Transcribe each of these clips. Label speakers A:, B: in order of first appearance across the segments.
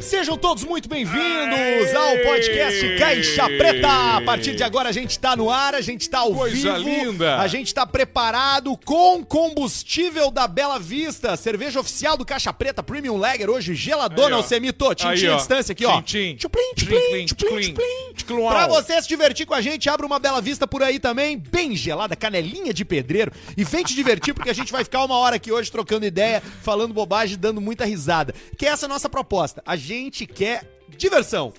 A: Sejam todos muito bem-vindos ao podcast Caixa Preta. A partir de agora a gente está no ar, a gente está ao
B: Coisa
A: vivo.
B: linda.
A: A gente está preparado com combustível da Bela Vista, cerveja oficial do Caixa Preta Premium Lager hoje,
B: Aí,
A: geladona
B: ó.
A: ao semito, tintim à
B: Aí, ó.
A: distância aqui, ó.
B: Tchim, tchim.
A: Tchuplim, tchuplim,
B: Tchim, tchim,
A: tchuplim,
B: tchim,
A: tchuplim.
B: tchicluau.
A: Pra você se divertir com a gente, abre uma Bela Vista por aí também, bem gelada, canelinha de pedreiro. E vem te divertir, porque a gente vai ficar uma hora aqui hoje trocando ideia, falando bobagem, dando muita risada. Que essa é a nossa proposta. A gente quer diversão.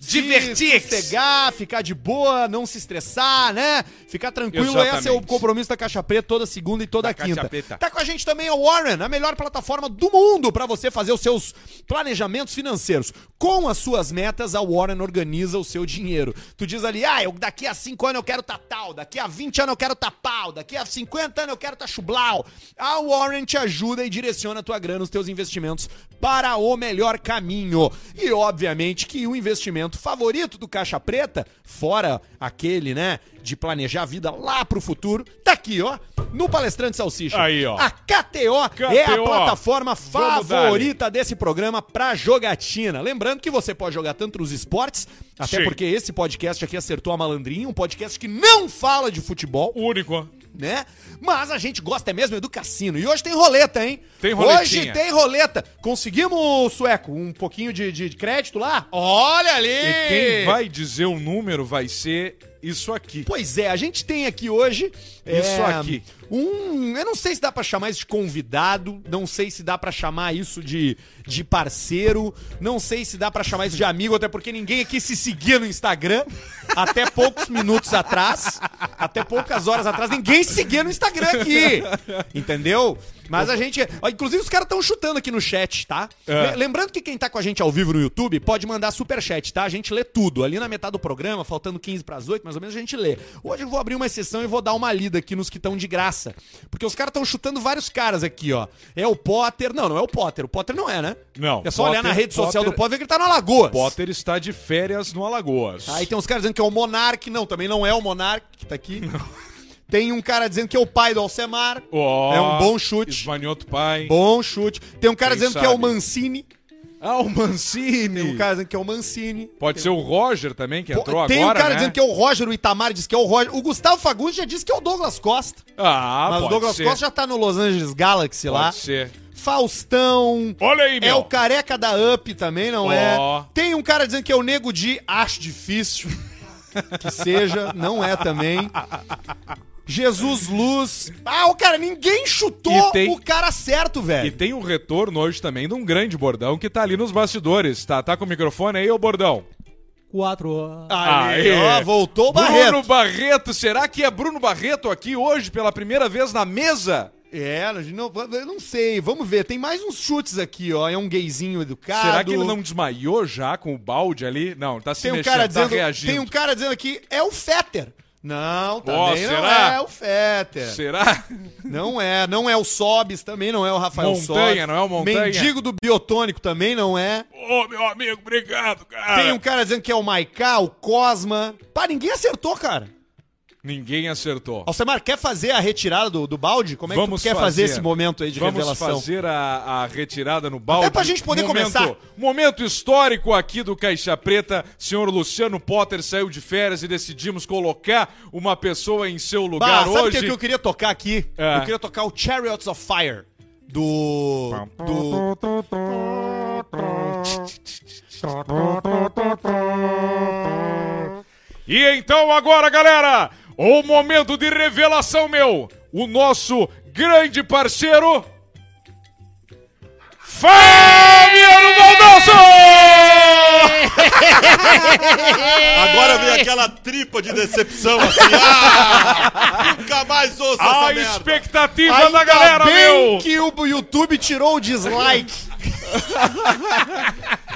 A: Se
C: Divertir-se.
A: sossegar, ficar de boa, não se estressar, né? Ficar tranquilo. Esse é o
B: Exatamente.
A: compromisso da Caixa Preta toda segunda e toda
B: Da Caixa
A: quinta.
B: Preta.
A: Tá com a gente também a Warren, a melhor plataforma do mundo para você fazer os seus planejamentos financeiros. Com as suas metas, a Warren organiza o seu dinheiro. Tu diz ali, ah, eu, daqui a 5 anos eu quero tá tal, daqui a 20 anos eu quero tá pau, daqui a 50 anos eu quero tá chublau. A Warren te ajuda e direciona a tua grana, os teus investimentos para o melhor caminho. E obviamente que o investimento favorito do Caixa Preta, fora aquele, né, de planejar a vida lá pro futuro, tá aqui, ó, no Palestrante Salsicha.
B: Aí, ó.
A: A KTO, é a
B: KTO.
A: plataforma
B: Vamos dar-lhe.
A: favorita desse programa pra jogatina. Lembrando que você pode jogar tanto nos esportes, até
B: Sim.
A: porque esse podcast aqui acertou a malandrinha, um podcast que não fala de futebol,
B: Único.
A: né? Mas a gente gosta é mesmo é do cassino. E hoje tem roleta, hein?
B: Tem
A: Hoje
B: roletinha.
A: tem roleta. Conseguimos, Sueco, um pouquinho de, de- de crédito lá? Olha ali!
B: E quem vai dizer o número vai ser isso aqui.
A: Pois é, a gente tem aqui hoje.
B: Isso
A: é,
B: aqui.
A: Um. Eu não sei se dá pra chamar isso de convidado, não sei se dá pra chamar isso de, de parceiro, não sei se dá pra chamar isso de amigo, até porque ninguém aqui se seguia no Instagram. Até poucos minutos atrás, até poucas horas atrás, ninguém se seguia no Instagram aqui. Entendeu? Mas a gente. ó, Inclusive, os caras estão chutando aqui no chat, tá?
B: É.
A: Le- Lembrando que quem tá com a gente ao vivo no YouTube pode mandar superchat, tá? A gente lê tudo. Ali na metade do programa, faltando 15 pras 8, mais ou menos, a gente lê. Hoje eu vou abrir uma exceção e vou dar uma lida aqui nos que estão de graça. Porque os caras estão chutando vários caras aqui, ó. É o Potter. Não, não é o Potter. O Potter não é, né?
B: Não,
A: É só olhar na
B: Potter-
A: rede social do
B: Potter-
A: Potter e ver que ele tá na Lagoa.
B: Potter está de férias no Alagoas.
A: Aí tem uns caras dizendo que é o Monark. Não, também não é o Monark que tá aqui. Tem um cara dizendo que é o pai do Alcemar.
B: Ó,
A: é um bom chute.
B: Esmanhoto pai.
A: Bom chute. Tem um cara
B: Quem
A: dizendo que é o
B: sabe?
A: Mancini.
B: Ah, o Mancini.
A: Tem um cara dizendo que é o Mancini.
B: Pode ser o Roger também, que entrou
A: tem
B: agora,
A: um cara
B: né?
A: dizendo que é o Roger, o Itamar diz que é o Roger. O Gustavo Fagundes já disse que é o Douglas Costa.
B: Ah,
A: mas o
B: pode
A: Douglas
B: ser.
A: Costa já tá no Los Angeles Galaxy lá.
B: Pode ser.
A: Faustão.
B: Olha aí, meu.
A: É o careca da Up também, não
B: Ó.
A: é? Tem um cara dizendo que é o Nego de Acho difícil. que seja, não é também. Jesus Luz. Ah, o cara, ninguém chutou
B: E tem-
A: o cara certo,
B: E
A: velho.
B: tem o retorno hoje também de um grande bordão que tá ali nos bastidores. Tá, tá com o microfone aí, ô bordão?
C: Quatro.
A: Aí,
B: Aê.
A: ó, Ah, voltou o
B: Bruno
A: Barreto.
B: Barreto, será que é Bruno Barreto aqui hoje pela primeira vez na mesa?
A: É, a gente não, eu não sei, vamos ver. Tem mais uns chutes aqui, ó. É um gayzinho educado.
B: Será que ele não desmaiou já com o balde ali? Não, tá se
A: tem um
B: mexendo,
A: cara
B: tá
A: dizendo,
B: reagindo.
A: Tem um cara dizendo aqui, é o Fetter. Não,
B: Ó,
A: também não
B: será?
A: é o Fetter.
B: Será?
A: Não é, não é o Sobis, também não é o Rafael Sobis.
B: Montanha, não é o Montanha?
A: Mendigo do Biotônico também não é.
B: Ô, meu amigo, obrigado, cara.
A: Tem um cara dizendo que é o Maiká, o Cosma. Pá, ninguém acertou, cara.
B: Ninguém acertou.
A: Alcemar, quer fazer a retirada do, do balde? Como é
B: Vamos
A: que tu quer fazer
B: fazer.
A: esse momento aí de
B: Vamos
A: revelação?
B: fazer a, a retirada no balde.
A: Até pra gente poder
B: Momento-
A: começar.
B: Momento histórico aqui do Caixa Preta. Senhor Luciano Potter saiu de férias e decidimos colocar uma pessoa em seu
A: Bah,
B: lugar
A: sabe o
B: hoje.
A: que, que eu queria tocar aqui?
B: É.
A: Eu queria tocar o Chariots of Fire do. do.
B: E então agora, galera, o momento de revelação meu. O nosso grande parceiro Fabiano Baldasso!
A: É.
D: Agora vem aquela tripa de decepção assim. Ah, nunca mais ouço essa
B: A
D: merda.
B: expectativa
A: Ainda
B: da Tá galera,
A: bem
B: meu!
A: que o YouTube tirou o dislike.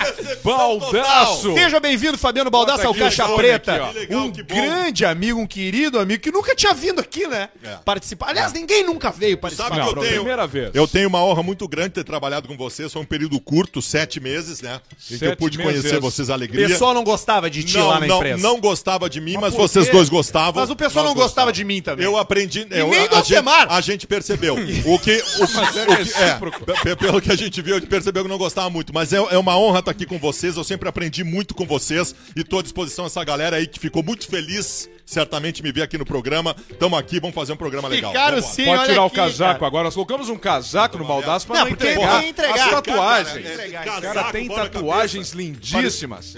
D: Esse decepção
B: Baldaço!
A: Seja bem-vindo, Fabiano Baldassi,
B: Bota
A: ao
B: aqui o
A: Caixa
B: nome
A: Preta.
B: aqui, ó.
D: Que legal,
A: um
D: que bom.
A: grande amigo, um querido amigo, que nunca tinha vindo aqui, né?
D: É.
A: Participar. Aliás, ninguém nunca veio participar.
D: Sabe
A: do
D: que eu
B: pra
A: programa.
D: tenho.
B: primeira vez.
D: Eu tenho uma honra muito grande ter trabalhado com vocês. Foi um período curto, sete meses, né? Em que eu
B: Sete
D: pude
B: meses.
D: conhecer vocês, a
A: O
D: alegria.
A: pessoal não gostava de ti lá
D: não,
A: na
D: não,
A: empresa.
D: não gostava de mim, mas
A: por
D: vocês
A: quê?
D: dois gostavam.
A: Mas o pessoal não
D: Nós
A: gostava
D: gostávamos.
A: de mim também.
D: Eu aprendi. eu-
A: nem do
D: a, gente,
A: Alcemar.
D: a gente percebeu. O que. O,
B: Mas é
D: o que-
B: recíproco.
D: pe- pe- pelo que a gente viu, a gente percebeu que não gostava muito. Mas é, é uma honra estar aqui com vocês. Eu sempre aprendi muito com vocês. E tô à disposição essa galera aí que ficou muito feliz. Certamente me ver aqui no programa. Tamo aqui, vamos fazer um programa legal.
A: Ficaram
D: Vambora.
A: sim,
B: Pode
A: olha
B: tirar o
A: aqui,
B: casaco
A: cara.
B: agora. Nós colocamos um casaco no baldaço pra
A: Não,
B: não,
A: porque
B: entregar,
A: tem que entregar,
B: as
A: cara,
B: tatuagens.
A: né? Entregar,
B: O cara tem
D: bola na
B: tatuagens
D: cabeça.
B: lindíssimas.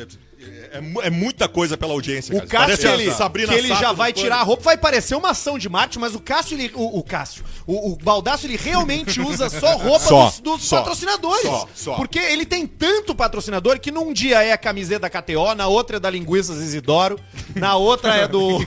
D: É, mu- é muita coisa pela audiência.
A: O
D: cara.
A: Cássio,
D: Parece a
A: ele,
D: Sabrina
A: que ele já
D: Sato
A: vai
D: do Pânico.
A: tirar a roupa, vai parecer uma ação de Marte, mas o Cássio, ele, o, o Cássio, o, o Baldaço, ele realmente usa só roupa
D: Só,
A: dos, dos
D: só,
A: patrocinadores.
D: só, só.
A: Porque ele tem tanto patrocinador que num dia é a camiseta da KTO, na outra é da Linguiças Isidoro, na outra é do...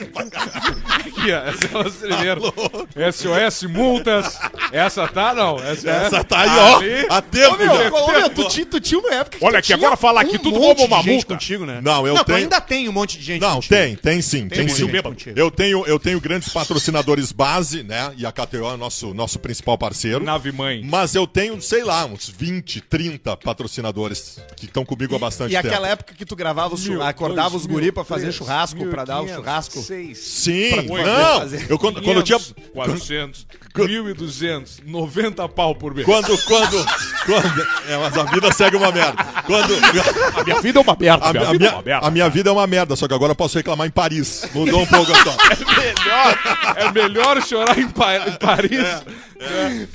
B: Aqui, ó, essa é o primeiro. SOS Multas. Essa tá, não. Essa,
D: Essa tá
A: né?
D: aí, ó.
B: Ali.
D: Há tempo,
A: Ô, meu,
D: já.
A: ô, meu, tu, ti- tu tinha uma época que
B: Olha
A: tu
B: aqui,
A: tinha
B: agora fala aqui,
A: um
B: tudo
A: monte
B: como uma
A: de gente
B: multa.
A: contigo, né?
D: Não, eu
A: tu
D: tenho-
A: ainda tem um monte de gente
D: Não,
A: contigo.
D: tem, tem sim, tem,
A: muito
D: sim.
A: bêbado contigo.
D: Eu tenho, eu tenho grandes patrocinadores base, né? E a KTO é nosso, nosso principal parceiro.
B: Nave mãe.
D: Mas eu tenho, sei lá, uns 20, 30 patrocinadores que estão comigo há bastante
A: E
D: tempo.
A: aquela época que tu gravava, os chu-
B: Mil,
A: acordava
B: dois
A: os
B: mil,
A: guri pra fazer
B: três,
A: churrasco,
B: mil,
A: pra dar o
B: quinhentos,
A: churrasco.
B: Seis.
D: Sim,
B: Oito,
D: não.
A: fazer
D: Eu, quando, quando eu tinha.
B: 500, 400, 1.200, 90 pau por mês.
D: Quando, quando, quando. É, mas a vida segue uma merda. Quando.
B: A minha vida é uma merda.
D: A, a minha, a minha vida é uma merda, só que agora eu posso reclamar em Paris. Mudou um pouco a história.
B: É melhor chorar em, Pa- em Paris.
A: É.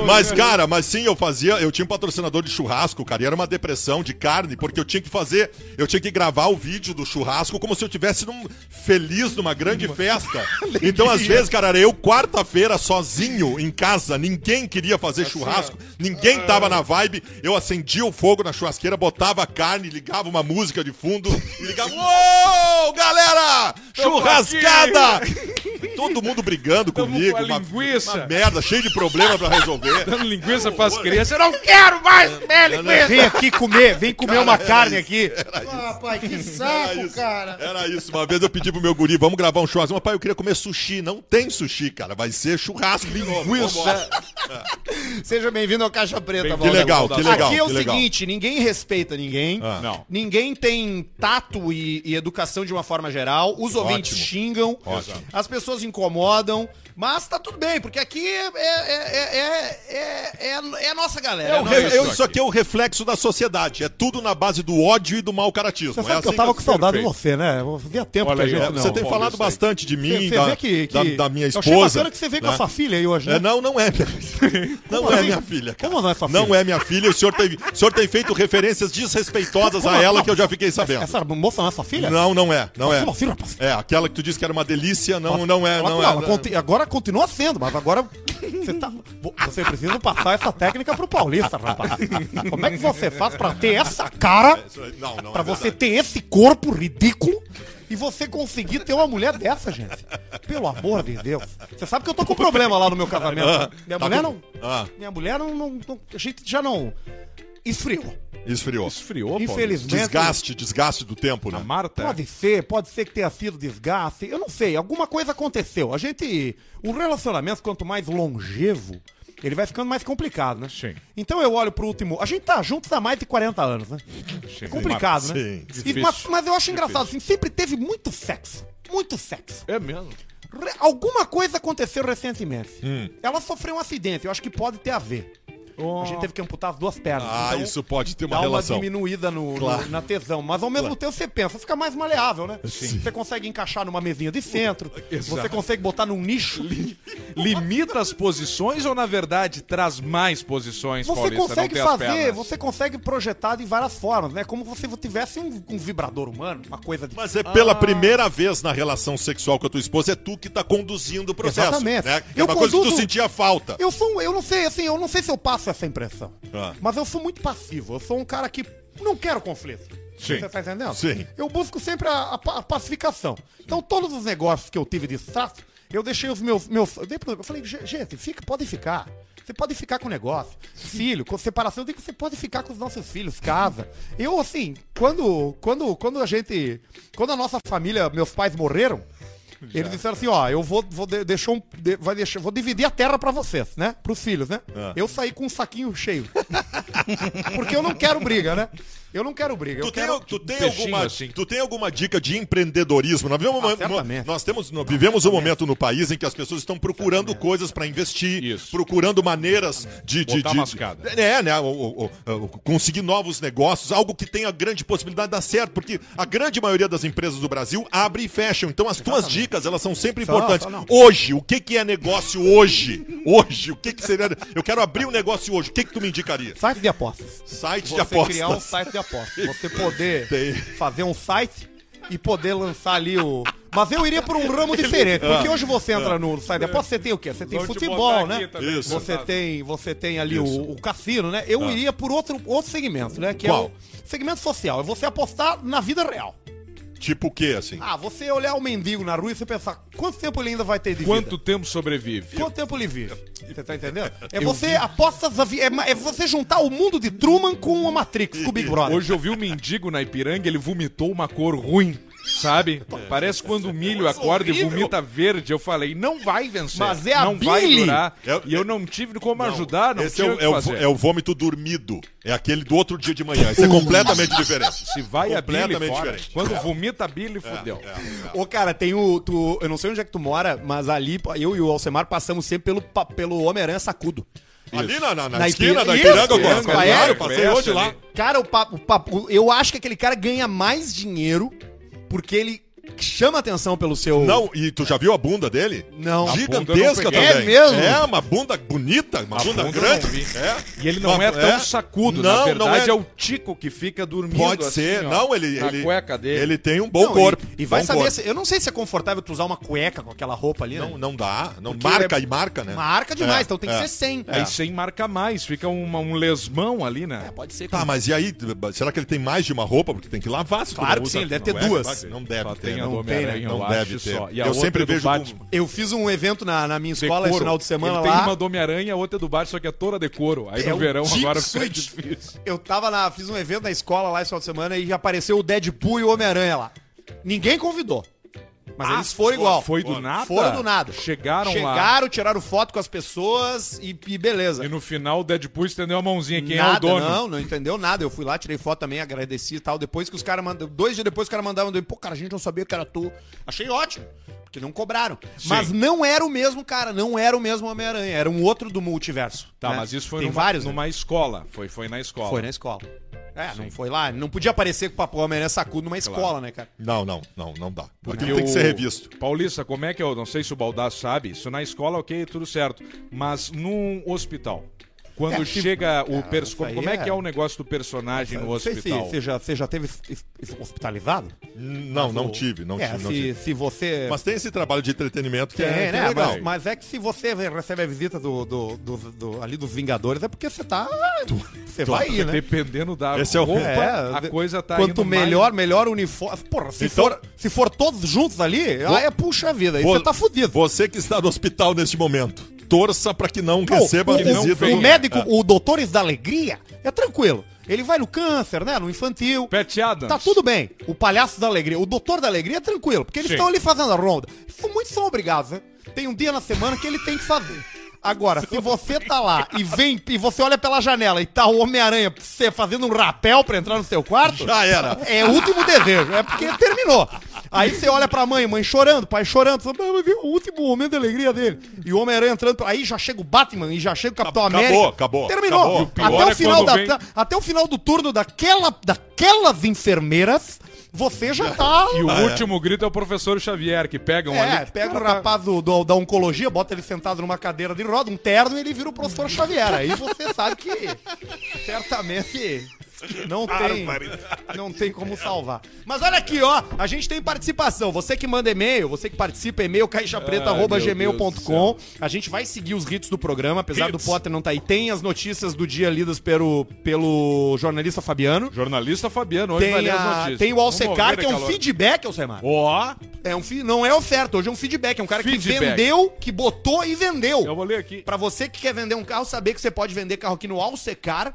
B: Ô,
D: Mas, cara, mas sim, eu fazia. Eu tinha um patrocinador de churrasco, cara, e era uma depressão de carne, porque eu tinha que fazer. Eu tinha que gravar o vídeo do churrasco como se eu tivesse num feliz numa grande festa. Então, às vezes, cara, era eu quarta-feira sozinho em casa, ninguém queria fazer
B: Tá
D: churrasco,
B: Ah.
D: ninguém tava na vibe. Eu acendia o fogo na churrasqueira, botava a carne, ligava uma música de fundo e ligava: Uou, galera! Churrascada! Todo mundo brigando
B: Tamo com
D: comigo,
B: a
D: uma-
B: linguiça.
D: uma merda, cheio de problema pra resolver.
B: Dando linguiça pras crianças. um- Eu não quero mais comer linguiça.
A: Vem aqui comer, vem comer uma carne aqui.
C: Rapaz, que saco,
D: isso.
C: cara.
D: Era isso, uma vez eu pedi pro meu guri, vamos gravar um churrasco. Mas, pai, eu queria comer sushi. Não tem sushi, cara. Vai ser churrasco, linguiça.
A: Seja bem-vindo ao Caixa Preta,
D: Que
A: Valdeir.
D: legal, que legal.
A: Aqui é o
D: que legal.
A: seguinte, ninguém respeita ninguém.
D: Ah.
B: Não.
A: Ninguém tem tato e, e educação de uma forma geral. Os ouvintes
D: Ótimo.
A: xingam.
D: Ótimo.
A: As pessoas incomodam. Mas tá tudo bem, porque aqui é, é- é- é- é- é- é a nossa galera.
D: É
A: é a
D: o
A: nossa-
D: re- eu- isso aqui é o reflexo da sociedade. É tudo na base do ódio e do mau caratismo.
C: Você
D: é
C: sabe que eu
D: assim
C: tava
D: que-
C: com saudade
B: perfeito.
C: de você, né? Eu Via tempo
B: Olha
C: que a
B: aí,
C: gente
B: ó.
D: É,
C: não...
D: você tem
B: Paulo,
D: falado
B: isso aí.
D: bastante de
C: Você-
D: mim,
C: você
D: da,
C: vê que, que...
D: da, da minha
C: Eu achei
D: esposa.
C: bacana que você veio com
D: né?
C: a sua filha aí hoje, né?
D: É, não, não é. minha- Não
C: Como
D: é
C: assim?
D: minha filha. Cara.
C: Como não é sua
D: Não
C: filha?
D: é minha filha. O senhor tem, o senhor tem feito referências desrespeitosas a
C: Como-
D: é ela
C: não.
D: que eu já fiquei sabendo.
C: Essa moça não é sua filha?
D: Não, não é. Não é.
C: Sua filha, rapaz.
D: É, aquela que tu disse que era uma delícia, não, não é,
C: Ela-
D: não
C: não, ela
D: é.
C: conti- Agora continua sendo, mas agora você, tá- vo- você precisa passar essa técnica pro paulista, rapaz. Como é que você faz pra ter essa cara,
D: Isso aí- Não, não.
C: pra
D: é
C: você
D: verdade.
C: ter esse corpo ridículo e você conseguir ter uma mulher dessa, gente? Pelo amor de Deus. Você sabe que eu tô com problema lá no meu
D: Ah,
C: casamento. Minha
D: tá
C: mulher
D: com-
C: não...
D: Ah,
C: Minha mulher não, não- não- A gente já não. Esfriou.
D: esfriou.
B: Esfriou, Paulo.
C: Infelizmente.
D: Desgaste, desgaste do tempo,
B: A
D: né?
B: Marta. é.
C: Pode ser, pode ser que tenha sido desgaste. Eu não sei, alguma coisa aconteceu. A gente. O relacionamento, quanto mais longevo, ele vai ficando mais complicado, né?
B: Sim.
C: Então eu olho pro último. A gente tá juntos há mais de 40 anos, né? É complicado, né?
D: Sim.
C: E-
B: Difícil.
C: mas, mas eu acho engraçado, assim, sempre teve muito sexo. Muito sexo.
B: É mesmo.
C: Re- alguma coisa aconteceu recentemente.
B: Hum.
C: Ela sofreu um acidente, eu acho que pode ter a ver. A gente teve que amputar as duas pernas.
D: Ah,
C: então-
D: isso pode ter uma
C: dá
D: relação.
C: uma diminuída no,
D: Claro.
C: no- na tesão. Mas ao mesmo tempo você pensa, fica mais maleável, né? Você consegue encaixar numa mesinha de centro,
B: Exato.
C: você consegue botar num nicho,
B: Limita as posições ou, na verdade, traz mais posições,
C: você
B: Paulista?
C: consegue
B: não tem as
C: fazer,
B: pernas.
C: você consegue projetar de várias formas, né? Como se você tivesse um, um vibrador humano, uma coisa de.
D: Mas é pela primeira vez na relação sexual com a tua esposa, é tu que tá conduzindo o processo.
C: Exatamente.
D: Né? É
C: Eu
D: uma coisa que tu
C: conduzo-
D: sentia falta.
C: Eu sou, um- eu não sei, assim, eu não sei se eu passo essa impressão.
D: Ah.
C: Mas eu sou muito passivo. Eu sou um cara que não quero conflito.
B: Sim.
C: Você tá entendendo?
D: Sim.
C: Eu busco sempre a, a pa- a pacificação. Então, todos os negócios que eu tive de status, eu deixei os meus. meus eu, dei pro- eu falei, "Ge- gente, fica, pode ficar.
A: Você pode ficar com o negócio. Filho, com separação, tem que você pode ficar com os nossos filhos, casa. Eu, assim, quando, quando, quando a gente. Quando a nossa família, meus pais morreram, eles disseram assim, ó, eu vou, vou de- deixar um. de- vai deixar, vou dividir a terra pra vocês, né? Pros filhos, né?
D: É.
A: Eu saí com um saquinho cheio. Porque eu não quero briga, né? Eu não quero briga.
D: Tu
A: eu
D: tem,
A: quero... um
D: tu, tem
B: peixinho,
D: alguma,
B: assim.
D: tu tem alguma dica de empreendedorismo? Nós, vivemos, uma-
A: Ah, certamente.
D: nós temos, nós vivemos um momento no país em que as pessoas estão procurando coisas para investir,
B: Isso.
D: procurando maneiras de, de,
B: Botar
D: de-
B: mascada.
D: É, né? o- o- o- o- conseguir novos negócios, algo que tenha grande possibilidade de dar certo, porque a grande maioria das empresas do Brasil abre e fecham. Então as tuas dicas, elas são sempre
A: Só-
D: importantes.
A: só não.
D: Hoje, o que, que é negócio hoje? Hoje, o que, que seria. Eu quero abrir um negócio hoje. O que, que tu me indicaria?
A: Site de apostas.
D: Site de
A: Você
D: apostas.
A: criar um site de apostas. Você poder
D: Tem.
A: fazer um site e poder lançar ali o. Mas eu iria por um ramo diferente.
D: Ah.
A: Porque hoje você entra no site de apostas, você tem o quê? Você tem
B: Vão te
A: futebol,
B: botar
A: né?
B: aqui também,
D: Isso.
A: Você
B: sentado.
A: tem, você tem ali
D: Isso.
A: o, o cassino, né? Eu iria por outro, outro segmento, né? Que
D: Qual?
A: é o segmento social. É você apostar na vida real.
D: Tipo o quê, assim?
A: Ah, você olhar o mendigo na rua e você pensar, quanto tempo ele ainda vai ter de
B: Quanto
A: vida?
B: tempo sobrevive?
A: Quanto tempo ele vive? Você tá entendendo? É você apostas a vi... é, ma- é você juntar o mundo de Truman com a Matrix, com o Big Brother.
B: Hoje eu vi um mendigo na Ipiranga, ele vomitou uma cor ruim. Sabe? Parece quando o milho acorda e vomita verde. Eu falei, não vai vencer.
A: Mas é a
B: não vai
A: bile.
B: durar.
D: É o-
B: E eu não tive como ajudar, Ah, não
D: Esse é
B: tinha
D: o,
B: o que
D: é, o,
B: fazer.
D: vo- é o vômito dormido. É aquele do outro dia de manhã. Isso é completamente diferente.
B: Se vai a bile
D: completamente
B: fora.
D: diferente. É,
B: Quando vomita a bile, fodeu.
E: Ô, cara, tem o. Tu, eu não sei onde é que tu mora, mas ali eu e o Alcemar passamos sempre pelo, pa- pelo Homem-Aranha Sacudo.
D: Ali na, na, na
E: Na
D: esquina
E: Ipiranga-
D: da Ipiranga, eu
E: Isso,
D: gosto.
E: Ipiranga,
D: Claro,
E: é,
D: passei hoje
B: ali.
D: lá.
E: Cara, o papo, o papo. Eu acho que aquele cara ganha mais dinheiro porque ele chama atenção pelo seu.
D: Não, e tu já viu a bunda dele?
E: Não.
D: Gigantesca
B: A bunda eu
D: também.
E: não peguei. É mesmo?
D: É, uma bunda bonita, uma bunda,
B: bunda eu
D: grande.
B: não vi.
D: É.
B: E ele não
D: Mas-
B: é tão
D: é?
B: sacudo.
D: Não,
B: na
D: não
B: verdade, é...
D: é.
B: o Tico que fica dormindo.
D: Pode
B: assim,
D: ser.
B: ó,
D: não, ele,
B: Na
D: ele,
B: cueca dele.
D: ele tem um bom
E: Não, e-
D: corpo.
E: E, vai
D: bom
E: saber.
D: corpo.
E: se- eu não sei se é confortável tu usar uma cueca com aquela roupa ali,
D: Não,
E: né?
D: não dá. Não
E: Porque
D: marca
E: é-
D: e marca, né?
E: Marca demais,
D: É,
E: então tem que
D: é.
E: ser 100.
B: Aí sem marca mais, fica uma- um lesmão ali, né?
E: Pode ser
D: Tá, mas e aí? Será que ele tem mais de uma roupa? Porque tem que lavar. se tu
E: Claro
D: não
E: que
D: usa.
E: sim, ele deve ter
D: Não é?
E: duas.
D: Não deve
B: Só
D: ter. né?
B: tem a
D: não
B: do Homem-Aranha,
D: Não
B: eu
D: deve
B: acho
D: ter.
B: só. E a
D: eu
B: outra
D: sempre
B: é do
D: vejo
B: Batman.
D: com...
E: Eu fiz um evento na, na minha escola esse
B: Decoro.
E: final de semana
B: Ele
E: lá.
B: tem uma do Homem-Aranha, a outra é do Batman, só que é toda decoro. Aí
E: É
B: no
E: o
B: verão
E: Jim
B: agora fica
E: Switch.
B: difícil.
E: Eu tava na. Fiz um evento na escola lá esse final de semana e apareceu o Deadpool e o Homem-Aranha lá. Ninguém convidou. Mas eles foram igual.
B: Ah, Foi do nada?
E: Foram do nada.
B: Chegaram, lá.
E: Chegaram, tiraram foto com as pessoas e, e beleza.
B: E no final o Deadpool estendeu a mãozinha. Quem
E: nada,
B: é o dono?
E: Não, não entendeu nada. Eu fui lá, tirei foto também, agradeci e tal. Depois que os caras mandaram. Dois dias depois os caras mandaram. Pô, cara, a gente não sabia que era tu. Achei ótimo. Porque não cobraram. Mas não era o mesmo cara, não era o mesmo Homem-Aranha. Era um outro do multiverso.
B: Tá,
E: né?
B: mas isso foi
E: Tem
B: numa,
E: vários, né?
B: numa escola. Foi, foi na escola.
E: Foi na escola. É, não foi lá. Não podia aparecer com o papo Homem-Aranha sacudo numa escola, né, cara?
D: Não, não, não, não dá.
B: Porque
D: Aquilo tem que ser
B: o-
D: revisto.
B: Paulista, como é que eu não sei se o Baldassi sabe, isso na escola, ok, tudo certo. Mas num hospital, quando
A: É,
B: chega o personagem.
A: aí
B: Como é que é
A: é-
B: o negócio do personagem no
A: Não sei se
B: hospital?
A: você já, você já teve es- es- hospitalizado.
D: Não, não tive, não
A: É,
D: tive, não
A: se,
D: tive.
A: se
B: é-
A: você.
D: Mas tem esse trabalho de entretenimento que
A: Tem,
D: é, que é
A: né?
D: legal.
A: Mas, mas é que se você recebe a visita do, do- do- do- ali dos Vingadores, é porque você tá. Você vai ir, né?
B: Dependendo da
D: Esse é o-
B: roupa,
A: É,
B: a coisa tá
A: Quanto
B: indo mais-
A: melhor, melhor o uniforme. Porra, se,
D: Então-
A: for, se for todos juntos ali, aí é puxa vida. Aí
D: Vo-
A: você tá fudido.
D: Você que está no hospital neste momento, torça pra que não receba
A: o,
D: a
A: o-
D: visita.
A: o
D: do-
A: médico,
D: É.
A: o Doutores da Alegria, é tranquilo. Ele vai no câncer, né? No infantil.
B: Pat Adams.
A: Tá tudo bem. O palhaço da alegria, o doutor da alegria é tranquilo, porque eles
B: Sim.
A: estão ali fazendo a ronda. Isso muitos são obrigados, né? Tem um dia na semana que ele tem que fazer. Agora, se você tá lá e vem e você olha pela janela e tá o Homem-Aranha você fazendo um rapel pra entrar no seu quarto,
D: Já era.
A: é o último desejo, é porque terminou. Aí você olha pra mãe, mãe chorando, pai chorando, você fala, "Ah, mas viu o último momento da alegria dele. E o Homem-Aranha entrando, pra- aí já chega o Batman e já chega o Capitão
D: Acabou,
A: América.
D: acabou,
A: Terminou.
D: acabou. E o
B: pior
A: Até,
B: é
A: o final
B: quando
A: da,
B: vem-
A: ta- até o final do turno daquela, daquelas enfermeiras, você já tá...
B: É, E o último grito é o professor Xavier, que pegam
A: É,
B: ali.
A: pega o rapaz do, do- da oncologia, bota ele sentado numa cadeira de roda, um terno, e ele vira o professor Xavier. Aí você sabe que certamente
C: Não tem, não tem como salvar.
A: Mas olha aqui, ó, a gente tem participação. Você que manda e-mail, você que participa, e-mail caixapreta.gmail.com. A gente vai seguir os hits do programa, apesar do Potter não estar aí. Tem as notícias do dia lidas pelo, pelo jornalista Fabiano.
B: Jornalista Fabiano, hoje vai
A: Tem,
B: ler as
A: a,
B: notícias.
A: tem o
B: Vamos
A: Alcecar,
B: ver
A: que é um
B: aquela-
A: feedback, Alcemar.
B: Ó,
A: É um fi- não é oferta, hoje é um feedback. É um cara que
B: Feedback.
A: vendeu, que botou e vendeu.
B: eu vou ler aqui.
A: Pra você que quer vender um carro, saber que você pode vender carro aqui no Alcecar.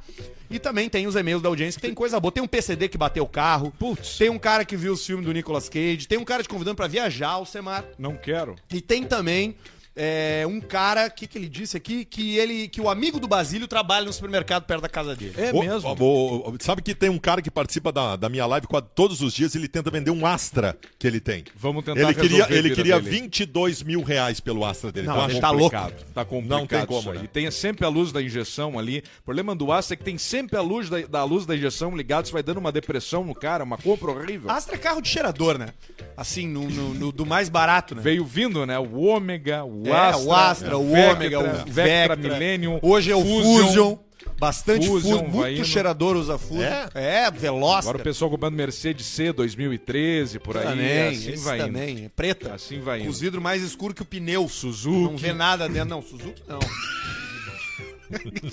A: E também tem os e-mails da audiência, que tem coisa boa. Tem um PCD que bateu o carro.
B: Putz.
A: Tem um cara que viu os filmes do Nicolas Cage. Tem um cara te convidando pra viajar, Alcemar.
B: Não quero.
A: E tem também é, um cara, o que, que ele disse aqui? Que ele que o amigo do Basílio trabalha no supermercado perto da casa dele.
B: É
D: Ô,
B: mesmo.
D: ô, ô, ô, sabe que tem um cara que participa da, da minha live quase todos os dias, ele tenta vender um Astra que ele tem.
B: Vamos tentar
D: Ele queria,
B: resolver a
D: ele
B: vida
D: queria
B: dele.
D: 22 mil reais pelo Astra dele.
A: Não,
D: acho
A: ele tá louco.
D: complicado.
B: Tá complicado
D: Não tem como,
B: isso aí.
D: né?
B: Tem sempre a luz da injeção ali. O problema do Astra é que tem sempre a luz da, da luz da injeção ligada, isso vai dando uma depressão no cara, uma compra horrível.
A: Astra é carro de cheirador, né? Assim, no, no- no- do mais barato, né?
B: Veio vindo, né? O Ômega, o
A: É,
B: Astra,
A: o Astra, o
B: Vectra,
A: Ômega, o
B: Vectra,
A: Vectra.
B: Millennium.
A: Hoje é o Fusion. Bastante
B: Fusion,
A: Fusion,
B: vai
A: muito
B: indo.
A: cheirador usa Fusion. É, veloz.
B: Agora o pessoal comprando Mercedes C 2013, por aí. assim
A: esse
B: vai indo.
A: também. É preta.
B: Assim vai
A: Com
B: indo.
A: os vidros mais escuros que o pneu.
B: Suzuki.
A: Não vê nada dentro. Não, Suzuki não.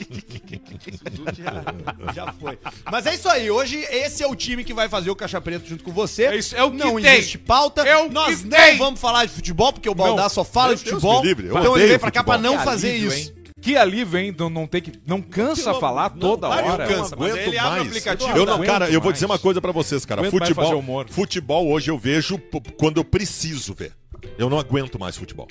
A: Suzuki já, já foi. Mas é isso aí. Hoje esse é o time que vai fazer o Caixa Preto junto com você.
B: É isso, é o que
A: não
B: tem.
A: existe pauta.
B: É o
A: Nós
B: que
A: não
B: tem.
A: vamos falar de futebol, porque o Baldá
B: Não.
A: só fala
D: Meu
A: de
D: Deus
A: futebol.
D: me livre, eu
A: então ele
D: odeio
A: veio pra cá pra
D: futebol.
A: não fazer
B: alívio,
A: isso.
B: hein? Que alívio, hein? Não, não tem que. Não cansa falar toda
A: para,
B: hora.
A: não cansa. é mas ele abre o aplicativo,
D: Eu
B: tá?
D: não, cara, eu vou
B: Aguento
D: dizer uma
B: mais.
D: coisa pra vocês, cara.
B: Aguento mais fazer
D: futebol,
B: humor.
D: futebol hoje eu vejo p- quando eu preciso ver. Eu não aguento mais futebol.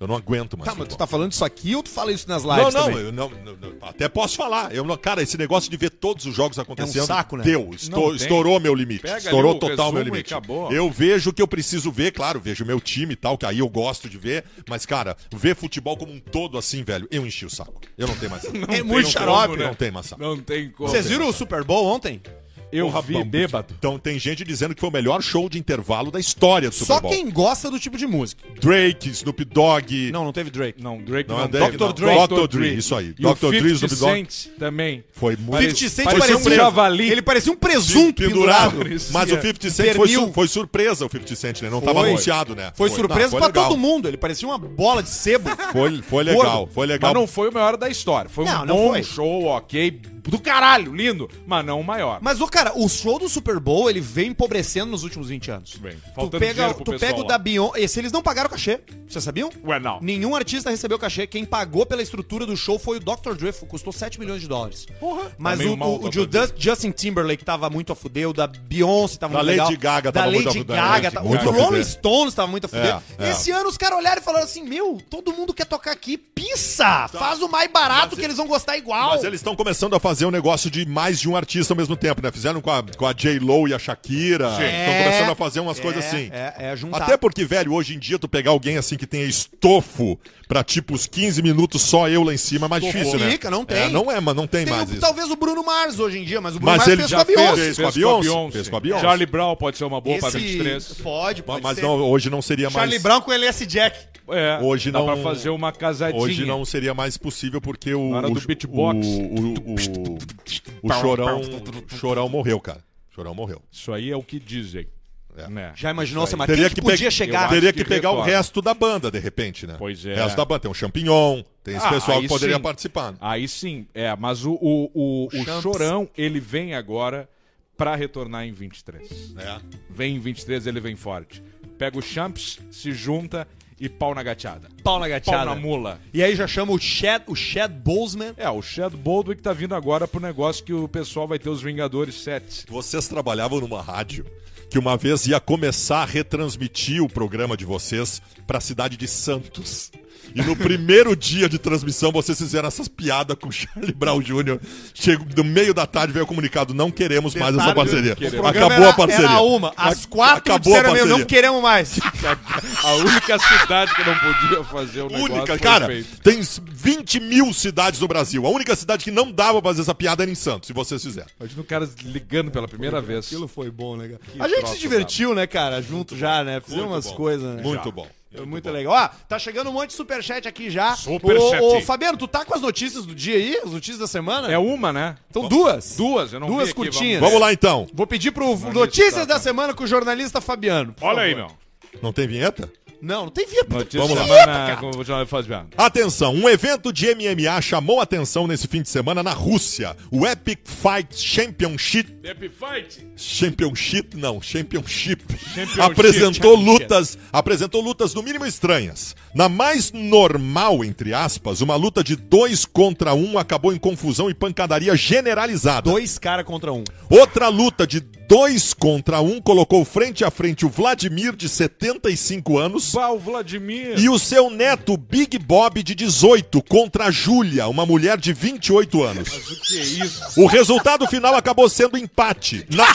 D: Eu não aguento mais.
A: Tá, mas tu
D: futebol.
A: tá falando isso aqui ou tu fala isso nas
D: Não,
A: lives
D: não,
A: também?
D: eu não, não, não, até posso falar. Eu não, cara, esse negócio de ver todos os jogos acontecendo.
A: saco, né?
D: Deu, esto-
B: tem.
D: estourou meu limite.
B: Pega ali
D: estourou
B: o
D: total meu
B: resumo e
D: limite.
B: acabou.
D: Eu vejo o que eu preciso ver, claro, vejo meu time e tal, que aí eu gosto de ver. Mas, cara, ver futebol como um todo assim, velho, eu enchi o saco. Eu não tenho mais saco.
A: É muito
B: Não tem
A: xarope.
B: como, né?
D: Não tem mais saco.
B: Não tem como.
A: Vocês viram o Super Bowl ontem?
B: Eu
D: Porra,
B: vi
D: bom.
B: bêbado.
D: Então tem gente dizendo que foi o melhor show de intervalo da história do
A: Só
D: Super Bowl.
A: quem gosta do tipo de música.
D: Drake, Snoop Dogg.
A: Não, não teve Drake.
B: Não, Drake
D: Não,
B: não.
D: é Drake,
B: Dr.
D: não.
B: Dre.
D: Dr. Dre, isso aí.
B: E o
D: Dr. Dre,
B: 50
D: Snoop Dogg.
B: Cent também.
D: Foi muito.
A: 50 Cent
B: parecia um
A: parecia um
B: javali.
A: Ele parecia um presunto pendurado. é.
D: pendurado.
B: Parecia.
D: Mas o 50 Cent foi,
A: Pernil.
D: su- foi surpresa, o 50 Cent, né? Não estava tava anunciado, né?
A: Foi,
D: Não,
A: surpresa
D: foi
A: pra
D: legal.
A: todo mundo. Ele parecia uma bola de sebo.
D: Foi, foi legal, foi legal.
B: Mas não foi o maior da história. Foi
A: Não,
B: um
A: não
B: bom
A: foi.
B: show, ok. Do caralho, lindo. Mas não o maior.
A: Mas, ô, cara, o show do Super Bowl, ele vem empobrecendo nos últimos 20 anos.
B: Bem,
A: tu
B: faltando
A: pega,
B: dinheiro pro
A: tu
B: pessoal
A: pega o
B: lá.
A: da Beyoncé. Esse eles não pagaram cachê. Vocês sabiam?
B: Ué, não.
A: Nenhum artista recebeu cachê. Quem pagou pela estrutura do show foi o Dr. Dre, fu- custou 7 milhões de dólares. Porra.
D: Tá
A: Mas
B: Também
A: o,
B: um mal
A: o- o
B: Dr.
A: Ju- Justin Timberlake tava muito a fuder, o da Beyoncé tava
D: Da
A: muito
D: Lady
A: legal.
D: Gaga
A: da
D: tava muito a
A: Lady
D: fuder, né?
A: Gaga,
D: Lady
A: tá-
D: muito
A: o
D: a
A: Rolling
D: fuder.
A: Stones tava muito a fuder.
D: É, é.
A: Esse ano os caras olharam e falaram assim, meu, todo mundo quer tocar aqui, pissa, faz o mais barato que eles vão gostar igual.
D: Tá. Mas eles estão começando a fazer um negócio de mais de um artista ao mesmo tempo, né? Fizeram com a, com a J-Lo e a Shakira. Estão
A: É,
D: começando a fazer umas coisas assim.
A: É, é juntar.
D: Até porque, velho, hoje em dia tu pegar alguém assim que tenha estofo pra tipo os 15 minutos só eu lá em cima é mais difícil, né?
A: Fica, não tem.
D: É, não é, mas não tem,
A: Tem um
D: mais
A: o-
D: isso.
A: talvez o Bruno Mars hoje em dia, mas o Bruno
D: Mas
A: Mars
D: ele
A: fez
D: já
A: com a Beyoncé.
D: fez. com a Beyoncé, fez com a Beyoncé.
B: Charlie Brown pode ser uma boa pra
A: Esse-
B: 23.
A: Pode, pode
D: Mas
A: ser.
D: não, hoje não seria mais.
A: Charlie Brown com LS Jack.
B: É,
D: Hoje
B: dá
D: não-
B: pra fazer uma casadinha.
D: Hoje não seria mais possível porque o.
B: Na hora
D: o-
B: do beatbox.
D: O, o, o- o chorão, o chorão morreu, cara. O chorão morreu.
B: Isso aí é o que dizem.
D: É.
B: Né?
A: Já imaginou, você mas
D: Teria
A: quem que
D: que
A: podia
D: pe-
A: chegar?
B: Eu acho
D: Teria
B: que
D: que pegar o
B: retorna.
D: resto da banda, de repente, né?
B: Pois é.
D: O resto da banda. Tem um champignon, tem esse
B: Ah,
D: pessoal
B: aí
D: que poderia
B: sim.
D: participar. né?
B: Aí sim, é, mas o, o, o, o
A: Champs.
B: Chorão, ele vem agora pra retornar em 23.
D: né?
B: Vem em 23, ele vem forte. Pega o Champs, se junta e pau na gateada.
A: Pau na
B: Pau
A: gateada.
B: na mula.
A: E aí já chama o Chad, o Chad Boseman.
B: É, o Chad Baldwick tá vindo agora pro negócio que o pessoal vai ter os Vingadores 7.
D: Vocês trabalhavam numa rádio que uma vez ia começar a retransmitir o programa de vocês pra cidade de Santos. E no primeiro dia de transmissão, vocês fizeram essas piadas com o Charlie Brown Jr. Chego, no meio da tarde veio o comunicado: não queremos mais essa parceria. Acabou
A: Era-
D: a parceria.
A: Era uma. Às quatro
D: Acabou a
A: disseram mesmo,
D: parceria.
A: não queremos mais.
B: A única cidade que não podia fazer o negócio
D: única,
B: foi
D: cara,
B: feito.
D: tem 20 mil cidades no Brasil. A única cidade que não dava pra fazer essa piada era em Santos, se vocês fizeram.
B: Imagina o cara ligando pela primeira vez.
A: foi bom, né, cara? A gente se divertiu, né, cara? Junto já, né? Fizemos umas coisas, né?
D: Muito bom.
A: É Muito legal. Ó, tá chegando um monte de superchat aqui já.
B: Superchat.
A: Ô, ô, Fabiano, tu tá com as notícias do dia aí? As notícias da semana?
B: É uma, né?
A: São Então, duas.
B: Duas, eu não
A: Duas
B: vi aqui,
A: curtinhas.
D: Vamos lá então.
A: Vou pedir pro
B: Jornalista,
A: Notícias da
B: tá.
A: Semana com o jornalista Fabiano. por
B: vamos. Olha aí,
A: favor.
B: meu.
D: Não tem vinheta?
A: Não, não tem via.
B: Notícia
D: Vamos
B: da
D: lá.
B: semana com o Jornal Fabiano.
D: Atenção, um evento de MMA chamou atenção nesse fim de semana na Rússia. O Epic Fight Championship
B: Fight.
D: Championship, não, Championship.
B: Championship.
D: apresentou lutas, apresentou lutas no mínimo estranhas. Na mais normal, entre aspas, uma luta de dois contra um acabou em confusão e pancadaria generalizada.
A: Dois cara contra um.
D: Outra luta de dois contra um colocou frente a frente o Vladimir, de 75 anos,
B: Pau, Vladimir.
D: e o seu neto Big Bob, de 18, contra a Júlia, uma mulher de 28 anos.
B: Mas o que é isso?
D: O resultado final acabou sendo empate. Na...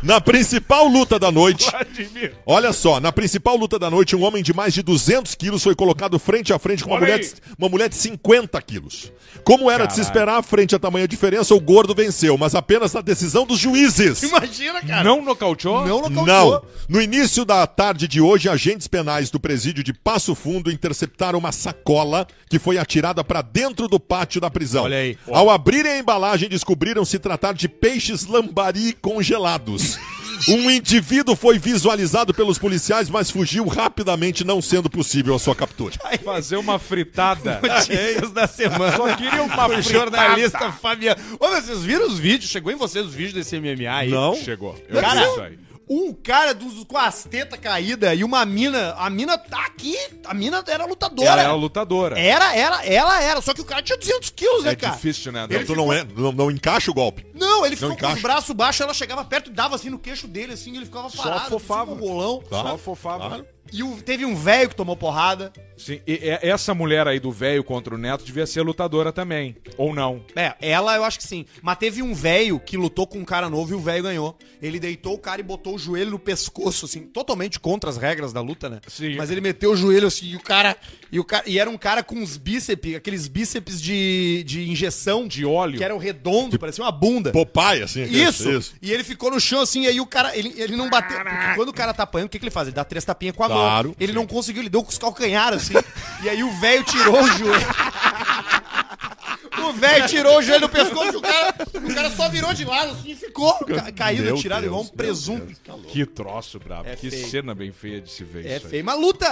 D: Na principal luta da noite,
B: Vladimir.
D: olha só, na principal luta da noite, um homem de mais de 200 quilos foi colocado frente a frente com uma
B: Olha
D: mulher,
B: aí.
D: de, uma mulher de 50 quilos. Como era de se esperar, frente a tamanha diferença, o gordo venceu, mas apenas na decisão dos juízes.
A: Imagina, cara.
B: Não nocauteou?
A: Não nocauteou.
D: Não. No início da tarde de hoje, agentes penais do presídio de Passo Fundo interceptaram uma sacola que foi atirada para dentro do pátio da prisão.
A: Olha aí.
D: Ao abrirem a embalagem, descobriram se tratar de peixes lambari congelados. Um indivíduo foi visualizado pelos policiais, mas fugiu rapidamente, não sendo possível a sua captura.
B: Fazer uma fritada.
A: Notícias da semana.
B: Só queria uma
A: O
B: fritada.
A: jornalista Fabiano. Ô, mas vocês viram os vídeos? Chegou em vocês os vídeos desse MMA aí?
B: Chegou. Eu
A: Cara,
B: vi isso aí.
A: um cara dos, com as tetas caídas e uma mina. A mina tá aqui. A mina era
B: Ela era
A: lutadora.
B: lutadora.
A: Era, era, ela era. Só que o cara tinha 200 quilos, né,
B: É
A: É, cara?
B: difícil, né?
D: Então, tu não, é, não, não encaixa o golpe.
A: Não, ele ficou com os
D: encaixa.
A: braços baixos, ela chegava perto e dava assim no queixo dele, assim, ele ficava parado. assim,
B: fofava.
A: um golão.
B: Só fofava.
A: E o- teve um velho que tomou porrada.
B: Sim, e- e- essa mulher aí do velho contra o neto devia ser lutadora também. Ou não.
A: É, ela eu acho que sim. Mas teve um velho que lutou com um cara novo e o velho ganhou. Ele deitou o cara e botou o joelho no pescoço, assim, totalmente contra as regras da luta, né?
B: Sim.
A: Mas ele meteu o joelho assim, e o cara. E, o cara, e era um cara com uns bíceps, aqueles bíceps de, de injeção,
B: De óleo.
A: que eram redondo, parecia uma bunda.
D: Popai, assim. aquele-
A: Isso. E ele ficou no chão assim, e aí o cara, ele, ele não bateu. Porque quando o cara tá apanhando, o que, que ele faz? Ele dá três tapinhas com a
D: Claro.
A: mão. Ele não conseguiu, ele deu com os calcanhares assim. e aí o velho tirou o joelho. O velho tirou o joelho do pescoço e o cara, o cara só virou de lado assim e ficou ca- caído,
D: Meu
A: tirado
D: Deus, tá
A: igual um
D: meu
A: presunto.
B: Que troço brabo.
A: É
B: que
A: feio.
B: cena bem feia de se ver
A: É
B: isso aí.
A: feio. Mas luta,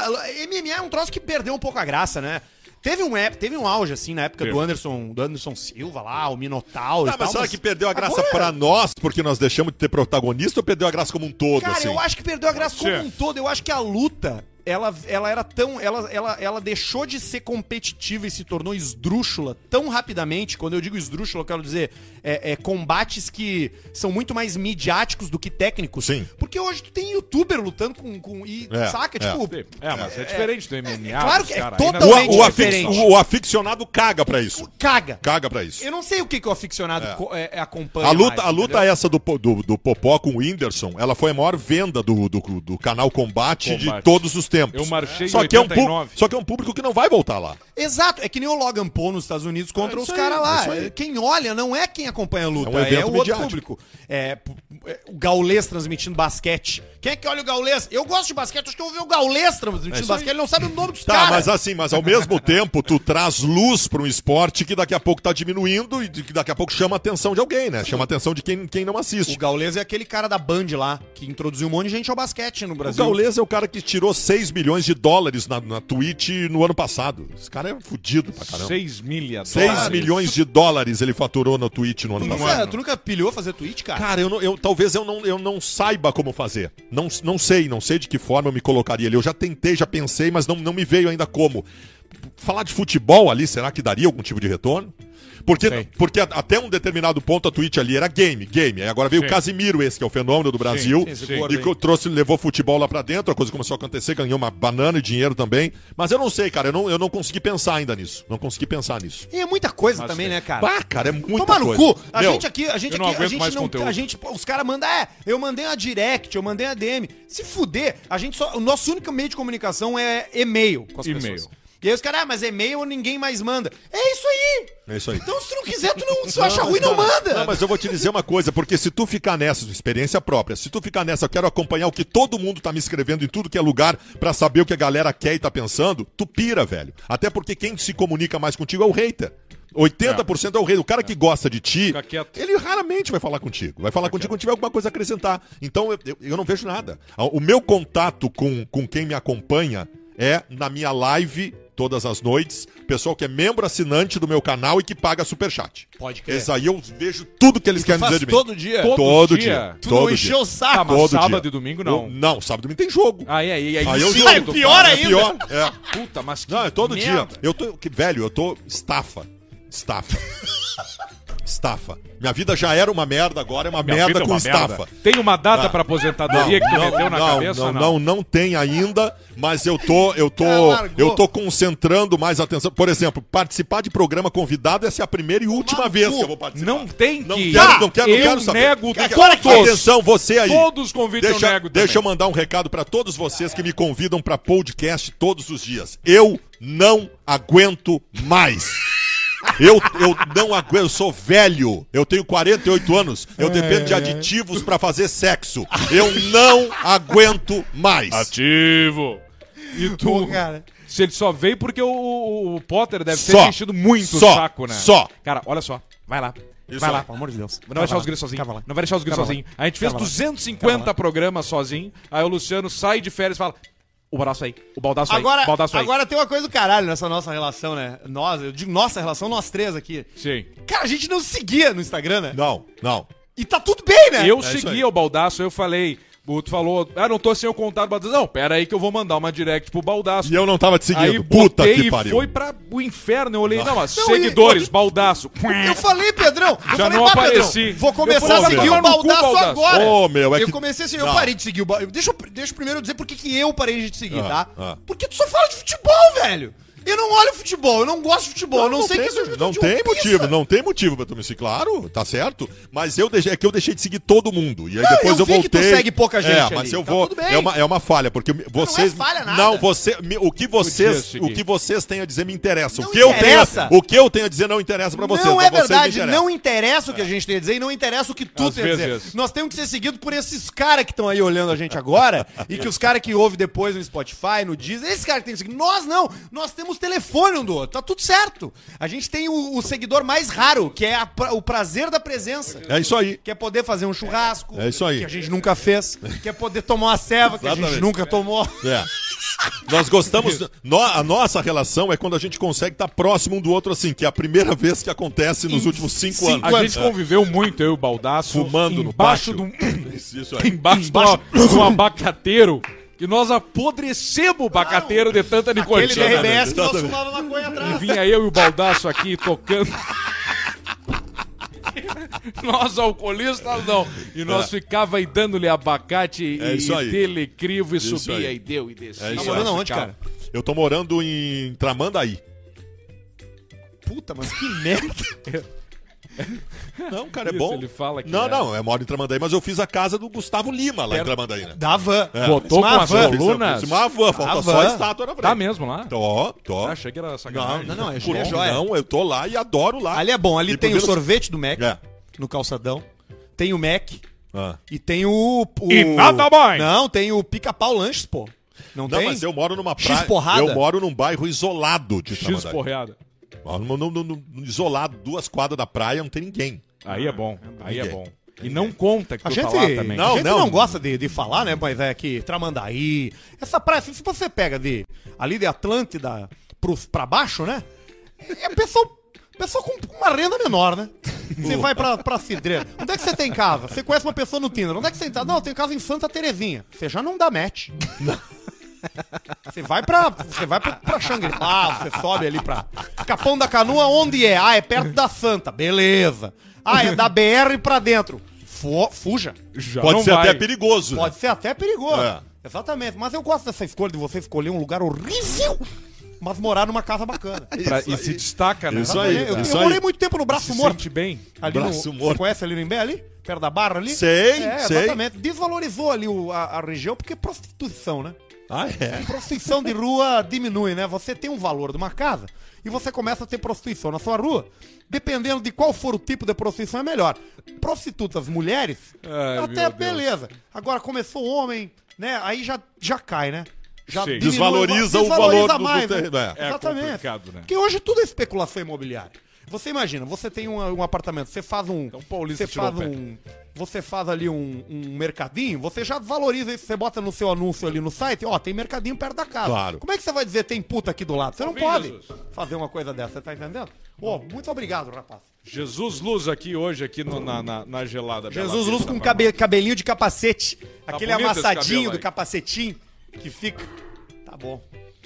A: MMA é um troço que perdeu um pouco a graça, né? Teve um, ép- teve um auge, assim, na época do
B: Teve.
A: Anderson, do Anderson Silva lá, o Minotauro
D: Tá,
A: e tal.
D: mas será
A: mas-
D: que perdeu a graça
A: Agora-
D: pra nós, porque nós deixamos de ter protagonista, ou perdeu a graça como um todo,
A: Cara,
D: assim?
A: eu acho que perdeu a graça
B: Pode
A: como
B: ser.
A: um todo. Eu acho que a luta, ela, ela era tão. Ela, ela, ela deixou de ser competitiva e se tornou esdrúxula tão rapidamente. Quando eu digo esdrúxula, eu quero dizer é, é, combates que são muito mais midiáticos do que técnicos.
D: Sim.
A: Porque hoje tu tem youtuber lutando com. com e
D: É,
A: saca,
D: é.
A: tipo.
B: É, mas é diferente do MMA.
A: claro
B: dos
A: que é
B: caras.
A: totalmente
B: Ainda-
D: O, o, afix-
A: diferente.
D: o- o aficionado caga pra isso.
A: Caga.
D: Caga pra isso.
A: Eu não sei o que, que o aficionado co- é, é, acompanha.
D: A luta,
A: mais,
D: a luta é
A: entendeu?
D: essa do, Po- do, do Popó com o Whindersson, ela foi a maior venda do, do, do canal Combate, de
B: Combate.
D: todos os tempos.
B: Eu marchei
D: só
B: em
D: que é um
B: 89.
D: pú- Só que é um público que não vai voltar lá.
A: Exato, é que nem o Logan Paul nos Estados Unidos contra
D: É
A: os
D: isso aí,
A: caras lá.
D: é isso aí.
A: Quem olha não é quem acompanha a luta,
D: É
A: é,
D: um evento
A: o outro
D: midiático.
A: público. É, p- é, o Gaulês transmitindo basquete. Quem é que olha o Gaulês? Eu gosto de basquete, acho que eu ouvi o Gaulês transmitindo basquete, ele não sabe o nome dos
D: É Tá,
A: caras.
D: mas assim, mas ao mesmo tempo, tu traz luz pra um esporte que daqui a pouco tá diminuindo e que daqui a pouco chama a atenção de alguém, né? Chama a atenção de quem, quem não
A: O
D: assiste.
A: Gaulês é aquele cara da Band lá, que introduziu um monte de gente ao basquete no
D: O
A: Brasil.
D: Gaules é o cara que tirou 6 milhões de dólares na, na Twitch no ano passado. Esse cara é fudido pra caramba.
B: Seis milha
D: 6 milhões de dólares ele faturou na Twitch no
A: Tu
D: ano passado.
A: nunca, tu nunca pilhou fazer tweet, cara?
D: é, Cara, eu, não- eu- talvez eu não, eu não saiba como fazer. Não, não sei, não sei de que forma eu me colocaria ali. Eu já tentei, já pensei, mas não, não me veio ainda como. Falar de futebol ali, será que daria algum tipo de retorno? Porque,
B: Sei.
D: porque a- até um determinado ponto a Twitch ali era game, game. Aí agora veio
B: Sim.
D: o Casimiro, esse que é o fenômeno do Brasil.
B: sim, esse
D: e
B: gordo aí.
D: co- trouxe, levou futebol lá pra dentro, a coisa começou a acontecer, ganhou uma banana e dinheiro também. Mas eu não sei, cara, eu não, eu não consegui pensar ainda nisso. Não consegui pensar nisso.
A: E é muita coisa
B: Mas
A: também,
B: tem.
A: né, cara?
D: Bah, cara, é muita
A: Toma no
D: coisa.
A: cu. A
D: Meu,
A: gente aqui, a gente
B: eu não
A: aqui, a
B: aguento
A: gente
B: mais
A: não,
B: conteúdo.
A: a gente, pô, os caras mandam, é, eu mandei uma direct, eu mandei uma DM. Se fuder, a gente só, o nosso único meio de comunicação é e-mail com as
B: E-mail.
A: pessoas. E aí os caras, ah, mas e-mail ninguém mais manda. É isso aí.
D: É isso aí.
A: Então se não quiser, tu não, se tu acha ruim, não manda.
D: Não, mas eu vou te dizer uma coisa, porque se tu ficar nessa, experiência própria, se tu ficar nessa, eu quero acompanhar o que todo mundo tá me escrevendo em tudo que é lugar pra saber o que a galera quer e tá pensando, tu pira, velho. Até porque quem se comunica mais contigo é o hater. 80% é, o rei. O cara que gosta de ti,
B: Fica quieto.
D: ele raramente vai falar contigo. Vai falar contigo quando tiver alguma coisa a acrescentar. Então eu, eu- eu não vejo nada. Ah, O meu contato com, com quem me acompanha é na minha live todas as noites. Pessoal que é membro assinante do meu canal e que paga superchat.
F: Pode crer.
D: Esse aí eu vejo tudo que eles querem dizer
F: Faz
D: de mim.
F: todo dia.
B: Todo
D: Todo
B: dia.
D: dia. Tá
F: Tu
D: todo
F: não encheu
D: dia.
F: o saco.
B: Ah, mas
D: Todo
B: sábado
D: dia.
B: e domingo
D: Eu-
B: não.
D: não, sábado domingo tem jogo.
B: Ah, e aí? Aí,
D: Aí eu
B: sim,
D: jogo.
B: tu
F: Pior
B: fala. né?
F: ainda.
D: É pior. É.
B: Puta, mas que
D: Não, é todo
B: merda.
D: dia. Eu tô. que- velho, eu tô. Estafa. Estafa. estafa. Minha vida já era uma merda, agora é uma
B: Minha
D: merda
B: vida é
D: com
B: uma merda.
D: estafa.
B: Tem uma data
D: Tá.
B: pra aposentadoria que tu meteu na
D: não,
B: cabeça?
D: não, não, não tem ainda, mas eu tô, eu tô, eu tô concentrando mais atenção. Por exemplo, participar de programa convidado essa é a primeira e última vez que eu vou participar.
B: Não tem
D: Não
B: que.
D: quero, não quero, não
B: eu
D: quero saber.
B: nego
D: Cara,
B: todos.
D: Atenção, você aí.
B: Todos os convites eu
D: Deixa,
B: nego também.
D: deixa eu mandar um recado pra todos vocês que me convidam pra podcast todos os dias. Eu não aguento mais. Eu, eu não aguento, eu sou velho. Eu tenho 48 anos. Eu dependo de aditivos pra fazer sexo. Eu não aguento mais.
B: Ativo. E tu?
G: Pô, cara.
B: Se ele só veio porque o, o- o Potter deve ter
D: Só.
B: ter enchido muito
D: Só.
B: o saco, né?
D: Só.
B: Cara, olha só. Vai lá.
D: Isso
B: vai
D: aí.
B: lá.
G: Pelo amor de Deus.
B: Não vai deixar os gringos sozinhos. um Não vai deixar os gringos
G: Cava lá.
B: sozinhos. A gente fez
G: Cava lá.
B: 250 programas sozinho. Aí o Luciano sai de férias e fala: O braço aí, o baldaço aí,
A: Agora,
B: o baldaço aí.
A: agora tem uma coisa do caralho nessa nossa relação, né? Nós, eu digo nossa relação, nós três aqui.
B: Sim.
A: Cara, a gente não se seguia no Instagram, né?
D: é- Não, não.
A: E tá tudo bem, né?
B: Eu
D: isso
B: segui o baldaço, eu falei. O tu falou, ah, não tô sem eu contar do baldaço. Não, pera aí que eu vou mandar uma direct pro baldaço.
D: E eu não tava te seguindo.
B: Aí
D: Puta
B: botei
D: que
B: e
D: pariu.
B: foi pra o inferno. Eu olhei, não, mas
A: Não, e-
B: seguidores, baldaço.
A: Eu falei, Pedrão. Eu
B: Já
A: falei,
B: não
A: "Bah,
B: apareci."
A: Pedrão, vou
B: Eu
A: começar
B: falei,
A: a seguir
B: "Vai
A: o
B: tomar no cu,
A: Baldaço
B: Baldaço."
A: agora.
D: Ô, meu, é
A: eu
D: que-
A: comecei assim, eu
D: Não.
A: parei de seguir o Baldaço. Deixa, eu- deixa eu primeiro eu dizer por que que eu parei de te seguir,
D: Ah,
A: tá?
D: ah.
A: Porque tu só fala de futebol, velho. Eu não olho futebol, eu não gosto de futebol, eu não, sei
D: tem,
A: que isso é
D: Não tem motivo, não tem motivo pra tu me seguir. Claro, tá certo. Mas eu deixei, é que eu deixei de seguir todo mundo. E aí
A: eu
D: depois eu,
A: vi que tu
D: voltei.
A: segue pouca gente
D: É,
A: ali,
D: mas eu
A: tá
D: vou.
A: tudo bem. é
D: É uma, é uma falha, porque me- vocês.
A: falha nada.
D: Não, você. me- O que vocês,
B: seguir.
D: o que vocês têm a dizer me interessa.
A: Não
D: o que eu
A: interessa.
D: tenho, o que eu tenho a dizer não interessa pra vocês.
A: não
D: pra
A: é
D: vocês me
A: verdade,
D: interessa.
A: não interessa o que a gente tem a dizer e não interessa o que tu
B: Às
A: tem a dizer.
B: vezes.
A: Nós temos que ser seguidos por esses caras que estão aí olhando a gente agora e que os caras que ouvem depois no Spotify, no Deezer, esses caras que têm seguido. Nós não, nós temos telefone um do outro, tá tudo certo. A gente tem o, o seguidor mais raro, que é a pra- o prazer da presença.
D: É isso aí.
A: Que é poder fazer um churrasco,
D: É isso aí.
A: que a gente nunca fez, que é poder tomar uma ceva, que a gente
D: Exatamente.
A: nunca tomou.
D: É. Nós gostamos. no- a nossa relação é quando a gente consegue estar próximo um do outro assim, que é a primeira vez que acontece nos últimos cinco, anos.
B: A gente conviveu muito, eu e o baldaço.
D: Fumando no
B: embaixo
D: pátio.
B: de um-
D: Isso, isso
B: Tem
D: aí.
B: embaixo, de uma- de um abacateiro que nós apodrecemos o abacateiro de tanta
A: Ele da
B: nicotina. né?
A: RBS que nós fumava maconha atrás.
B: E vinha eu e o baldaço aqui tocando. Nós alcoolistas não. E nós ficava aí dando-lhe abacate e,
D: É isso aí.
B: e dele crivo e
D: Isso
B: subia
D: aí.
B: e deu e descia.
D: É isso
A: Tá
D: aí.
A: morando aonde, cara?
D: Eu tô morando em Tramandaí.
A: Puta, mas que merda.
D: Não, cara, é
B: Isso,
D: bom.
B: ele fala que
D: não,
B: é.
D: não, eu moro em Tramandaí, mas eu fiz a casa do Gustavo Lima lá em Tramandaí, né?
A: Da van. é
B: Botou com
A: Uma
B: as
A: van.
D: Fiz-
B: colunas.
D: fiz uma van, falta só a
A: van.
D: estátua na frente.
B: Tá mesmo Tá lá?
D: Tô, tô.
B: Achei que era sacanagem.
A: Não, não, é
D: Por
A: é
D: onde
A: joia.
D: Então, não, eu tô lá e adoro lá.
A: Ali é bom, ali
D: E
A: tem o
D: podemos-
A: sorvete do Mac,
D: É.
A: no calçadão, tem o Mac
D: Ah.
A: e tem o... o-
B: E nada mais.
A: Não, tem o pica-pau lanches, pô. Não,
D: Não,
A: tem?
D: mas eu moro numa praia.
A: X-porrada?
D: Eu moro num bairro isolado de
B: X
D: Tramandaí.
B: porreada.
D: Moro num- num- num- num isolado, duas quadras da praia, não tem ninguém.
B: Aí é bom. Aí é
D: Ah, Ninguém.
B: bom. E não conta que
A: A
B: tu
A: gente,
B: tá lá
A: não,
B: também.
D: Não,
A: a gente não.
D: não.
A: gosta de, de falar, né? Mas é que Tramandaí, essa praia, se se você pega de, ali de Atlântida pro, pra baixo, né? É pessoal, pessoal com uma renda menor, né? Você vai pra, pra Cidreira. Onde é que você tem casa? Você conhece uma pessoa no Tinder. Onde é que você tem casa? Não, eu tenho casa em Santa Terezinha. Você já não dá match. Você vai pra. Você vai pra, pra Xangri-Lá, você sobe ali pra. Capão da Canoa, onde é? Ah, é perto da Santa. Beleza. Ah, é da BR pra dentro. Fu- fuja.
B: Já
D: Pode
B: Tá, não
D: ser
B: vai.
D: até perigoso. né?
A: Pode ser até perigoso.
D: É.
A: Exatamente. Mas eu gosto dessa escolha de você escolher um lugar horrível, mas morar numa casa bacana.
B: Pra-
D: Isso
B: e
D: aí.
B: se destaca, né?
D: Isso aí,
A: eu, eu
D: isso aí.
A: morei muito tempo no Braço
B: Se
A: Morto.
B: sente bem.
A: Ali no,
D: Braço
A: Você
D: Morto.
A: conhece ali no Imbé, ali? Perto da barra ali?
D: Sei, sei.
A: Exatamente. Desvalorizou ali o- a, a região porque é prostituição, né?
D: Ah, é?
H: Prostituição de rua diminui, né? Você tem um valor de uma casa e você começa a ter prostituição na sua rua. Dependendo de qual for o tipo de prostituição, é melhor. Prostitutas mulheres,
B: Ai,
H: até
B: meu Deus.
H: beleza. Agora começou homem, né? Aí já, já cai, né? Já
B: Sim.
H: diminui-
D: Desvaloriza o valor do- do
H: né?
D: terreno, é.
B: É
H: Exatamente.
B: complicado, né?
H: Porque hoje tudo é especulação imobiliária. Você imagina, você tem um, um apartamento, você faz um.
B: Então, Paulista
H: você
B: tirou
H: faz
B: o pé.
H: um. Você faz ali um, um mercadinho, você já valoriza isso, você bota no seu anúncio ali no site, ó, tem mercadinho perto da casa.
D: Claro.
H: Como é que você vai dizer tem puta aqui do lado? Você não
B: Ouvi,
H: pode
B: Jesus.
H: fazer uma coisa dessa, você tá entendendo? Ô, muito obrigado, rapaz.
B: Jesus Luz aqui hoje, aqui no- na, na, na gelada. Bela
A: Jesus Luz
B: Vista,
A: com
B: pra
A: cabe- cabelinho de capacete. Aquele
B: tá bonito esse cabelo
A: amassadinho
B: aí.
A: do capacetinho que fica. Tá bom.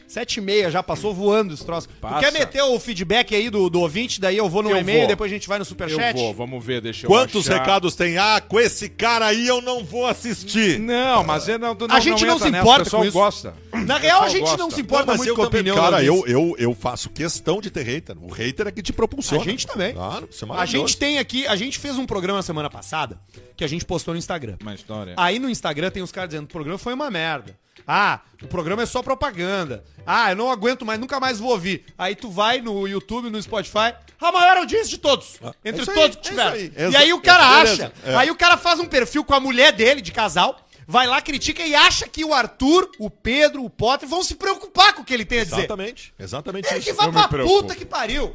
A: Sete e meia já passou voando esse troço.
B: Passa.
A: Tu quer meter o feedback aí do, do ouvinte, daí eu vou no
B: Eu
A: e-mail,
B: vou.
A: depois a gente vai no
B: Eu
A: superchat.
B: vou, vamos ver, deixa eu
D: Quantos
B: achar.
D: recados tem? Ah, com esse cara aí eu não vou assistir.
B: Não, mas é, não, não,
A: A gente não
B: entra
A: se
B: nessa,
A: importa
B: o pessoal
A: com isso.
B: gosta.
A: Na real, a gente
B: gosta.
A: não se importa
D: Não, mas
A: muito
D: eu
A: com a
D: também-
A: opinião
D: Cara,
A: do
D: eu,
A: ouvinte.
D: eu, eu faço questão de ter hater. O hater é que te propulsiona.
A: A gente também.
D: Claro, isso
A: A gente
D: é maravilhoso.
A: tem aqui, a gente fez um programa semana passada que a gente postou no Instagram.
B: Uma
D: é.
B: história.
A: Aí no Instagram tem os caras dizendo: o programa foi uma merda. Ah, o programa é só propaganda. Ah, eu não aguento mais, nunca mais vou ouvir. Aí tu vai no YouTube, no Spotify, a maior audiência de todos. entre
D: isso aí,
A: todos que
D: é
A: tiveram.
D: isso aí.
A: e aí
D: Exa-
A: o cara
D: beleza.
A: acha.
D: É.
A: Aí o cara faz um perfil com a mulher dele, de casal, vai lá, critica e acha que o Arthur, o Pedro, o Potter vão se preocupar com o que ele tem a dizer.
D: Exatamente. Exatamente
A: Ele que
D: isso.
A: vai
B: Eu
A: pra
B: me preocupo.
A: puta que pariu.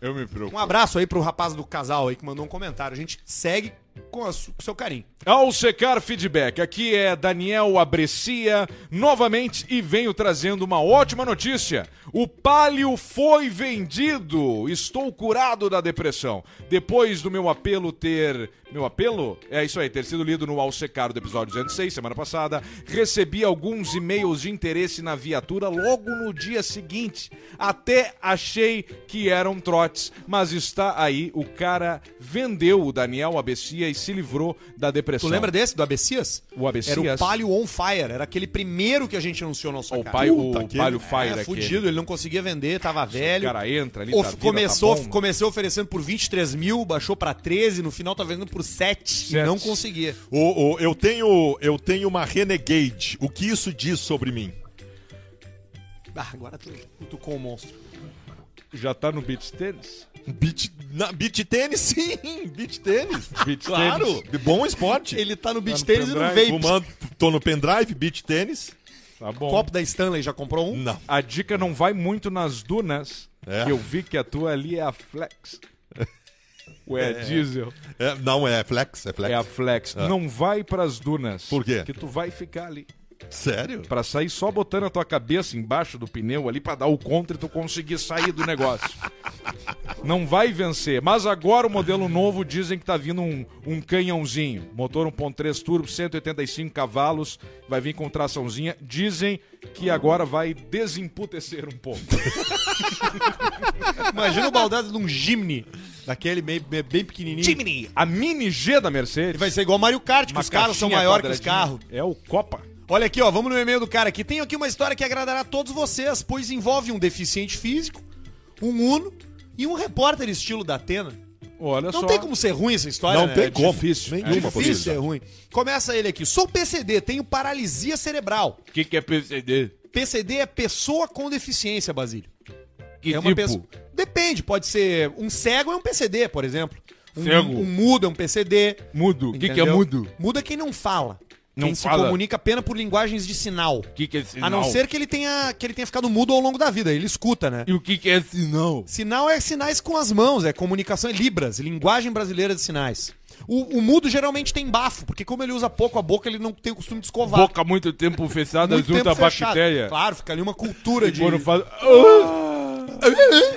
B: Eu me preocupo.
A: Um abraço aí pro rapaz do casal aí que mandou um comentário. A gente segue com, a su- com o seu carinho.
B: Ao secar feedback, aqui é Daniel Abrecia novamente e venho trazendo uma ótima notícia. O Palio foi vendido. Estou curado da depressão. Depois do meu apelo ter. Meu apelo? É isso aí, ter sido lido no Ao Secar do episódio 206, semana passada, recebi alguns e-mails de interesse na viatura logo no dia seguinte. Até achei que eram trotes, mas está aí, o cara vendeu o Daniel Abessia e se livrou da
A: Tu
B: depressão.
A: lembra desse, do Abessias?
B: O Abessias.
A: Era o Palio on Fire, era aquele primeiro que a gente anunciou nosso
B: O pai, o
D: Puta, que-
B: Palio
A: Fire
B: Fire aqui.
A: é fudido, ele não conseguia vender, tava velho.
B: cara entra ali,
A: Of-
B: tá viva,
A: começou,
B: tá bom.
A: começou oferecendo por 23 mil, baixou pra 13, no final tá vendendo por 7,
B: Sete.
A: e não conseguia.
D: O, o- eu, tenho, eu tenho uma Renegade. O que isso diz sobre mim?
A: Ah, agora tu, tu com o monstro.
B: Tipo, Já tá no beach tênis?
D: Um Beat, na, beat tênis, sim. Beat tênis.
B: Beach
D: claro. Bom esporte.
A: Ele tá no beat
B: no
A: tênis e não
B: pendrive,
A: veio.
D: Fumando, tô no pendrive, beat tênis.
B: Tá bom.
A: Copo da Stanley já comprou um?
D: Não.
B: A dica não vai muito nas dunas,
D: É.
B: que eu vi que a tua ali é a Flex. Ué, diesel.
D: É, não, é flex, é flex.
B: É a Flex. Não vai pras dunas.
D: Por quê?
B: Que tu vai ficar ali.
D: Sério?
B: Pra sair só botando a tua cabeça embaixo do pneu ali pra dar o contra e tu conseguir sair do negócio. Não vai vencer. Mas agora o modelo novo dizem que tá vindo um, um canhãozinho. Motor 1.3 turbo, 185 cavalos. Vai vir com traçãozinha. Dizem que agora vai desemputecer um pouco.
A: Imagina o baldado de um Jimny, daquele bem, bem- bem pequenininho.
B: Jimny, a mini G da Mercedes.
A: Ele vai ser igual Mario Kart, que os carros são maiores que os carros.
B: É o Copa.
A: Olha aqui, ó, vamos no e-mail do cara aqui. Tenho aqui uma história que agradará a todos vocês, pois envolve um deficiente físico, um uno e um repórter estilo da Atena.
B: Olha
A: Não
B: só.
A: tem como ser ruim essa história,
D: Não
A: né?
D: tem
A: É
D: como.
B: difícil.
D: Nenhuma
A: Difícil
D: possibilidade.
A: é ruim. Começa ele aqui. Sou PCD, tenho paralisia cerebral.
B: O que, que é PCD?
A: PCD é pessoa com deficiência, Basílio.
B: Que
A: é
B: tipo?
A: pessoa. Depende, pode ser um cego é um PCD, por exemplo. Um,
B: Cego.
A: um mudo é um PCD.
B: Mudo. O que, que é
A: entendeu?
B: mudo?
A: Mudo é quem não fala.
B: Não
A: quem
B: fala.
A: se comunica apenas por linguagens de sinal.
B: O que, que é
A: A não ser que ele tenha que ele tenha ficado mudo ao longo da vida, ele escuta, né?
B: E o que, que é sinal?
A: Sinal é sinais com as mãos, é comunicação, é libras, linguagem brasileira de sinais. O, o mudo geralmente tem bafo, porque como ele usa pouco a boca, ele não tem o costume de escovar.
B: Boca muito tempo fechada
A: Muito
B: junto à
A: tempo fechado.
B: bactéria.
A: Claro, fica ali uma cultura de.
B: Quando faz... "Ah!"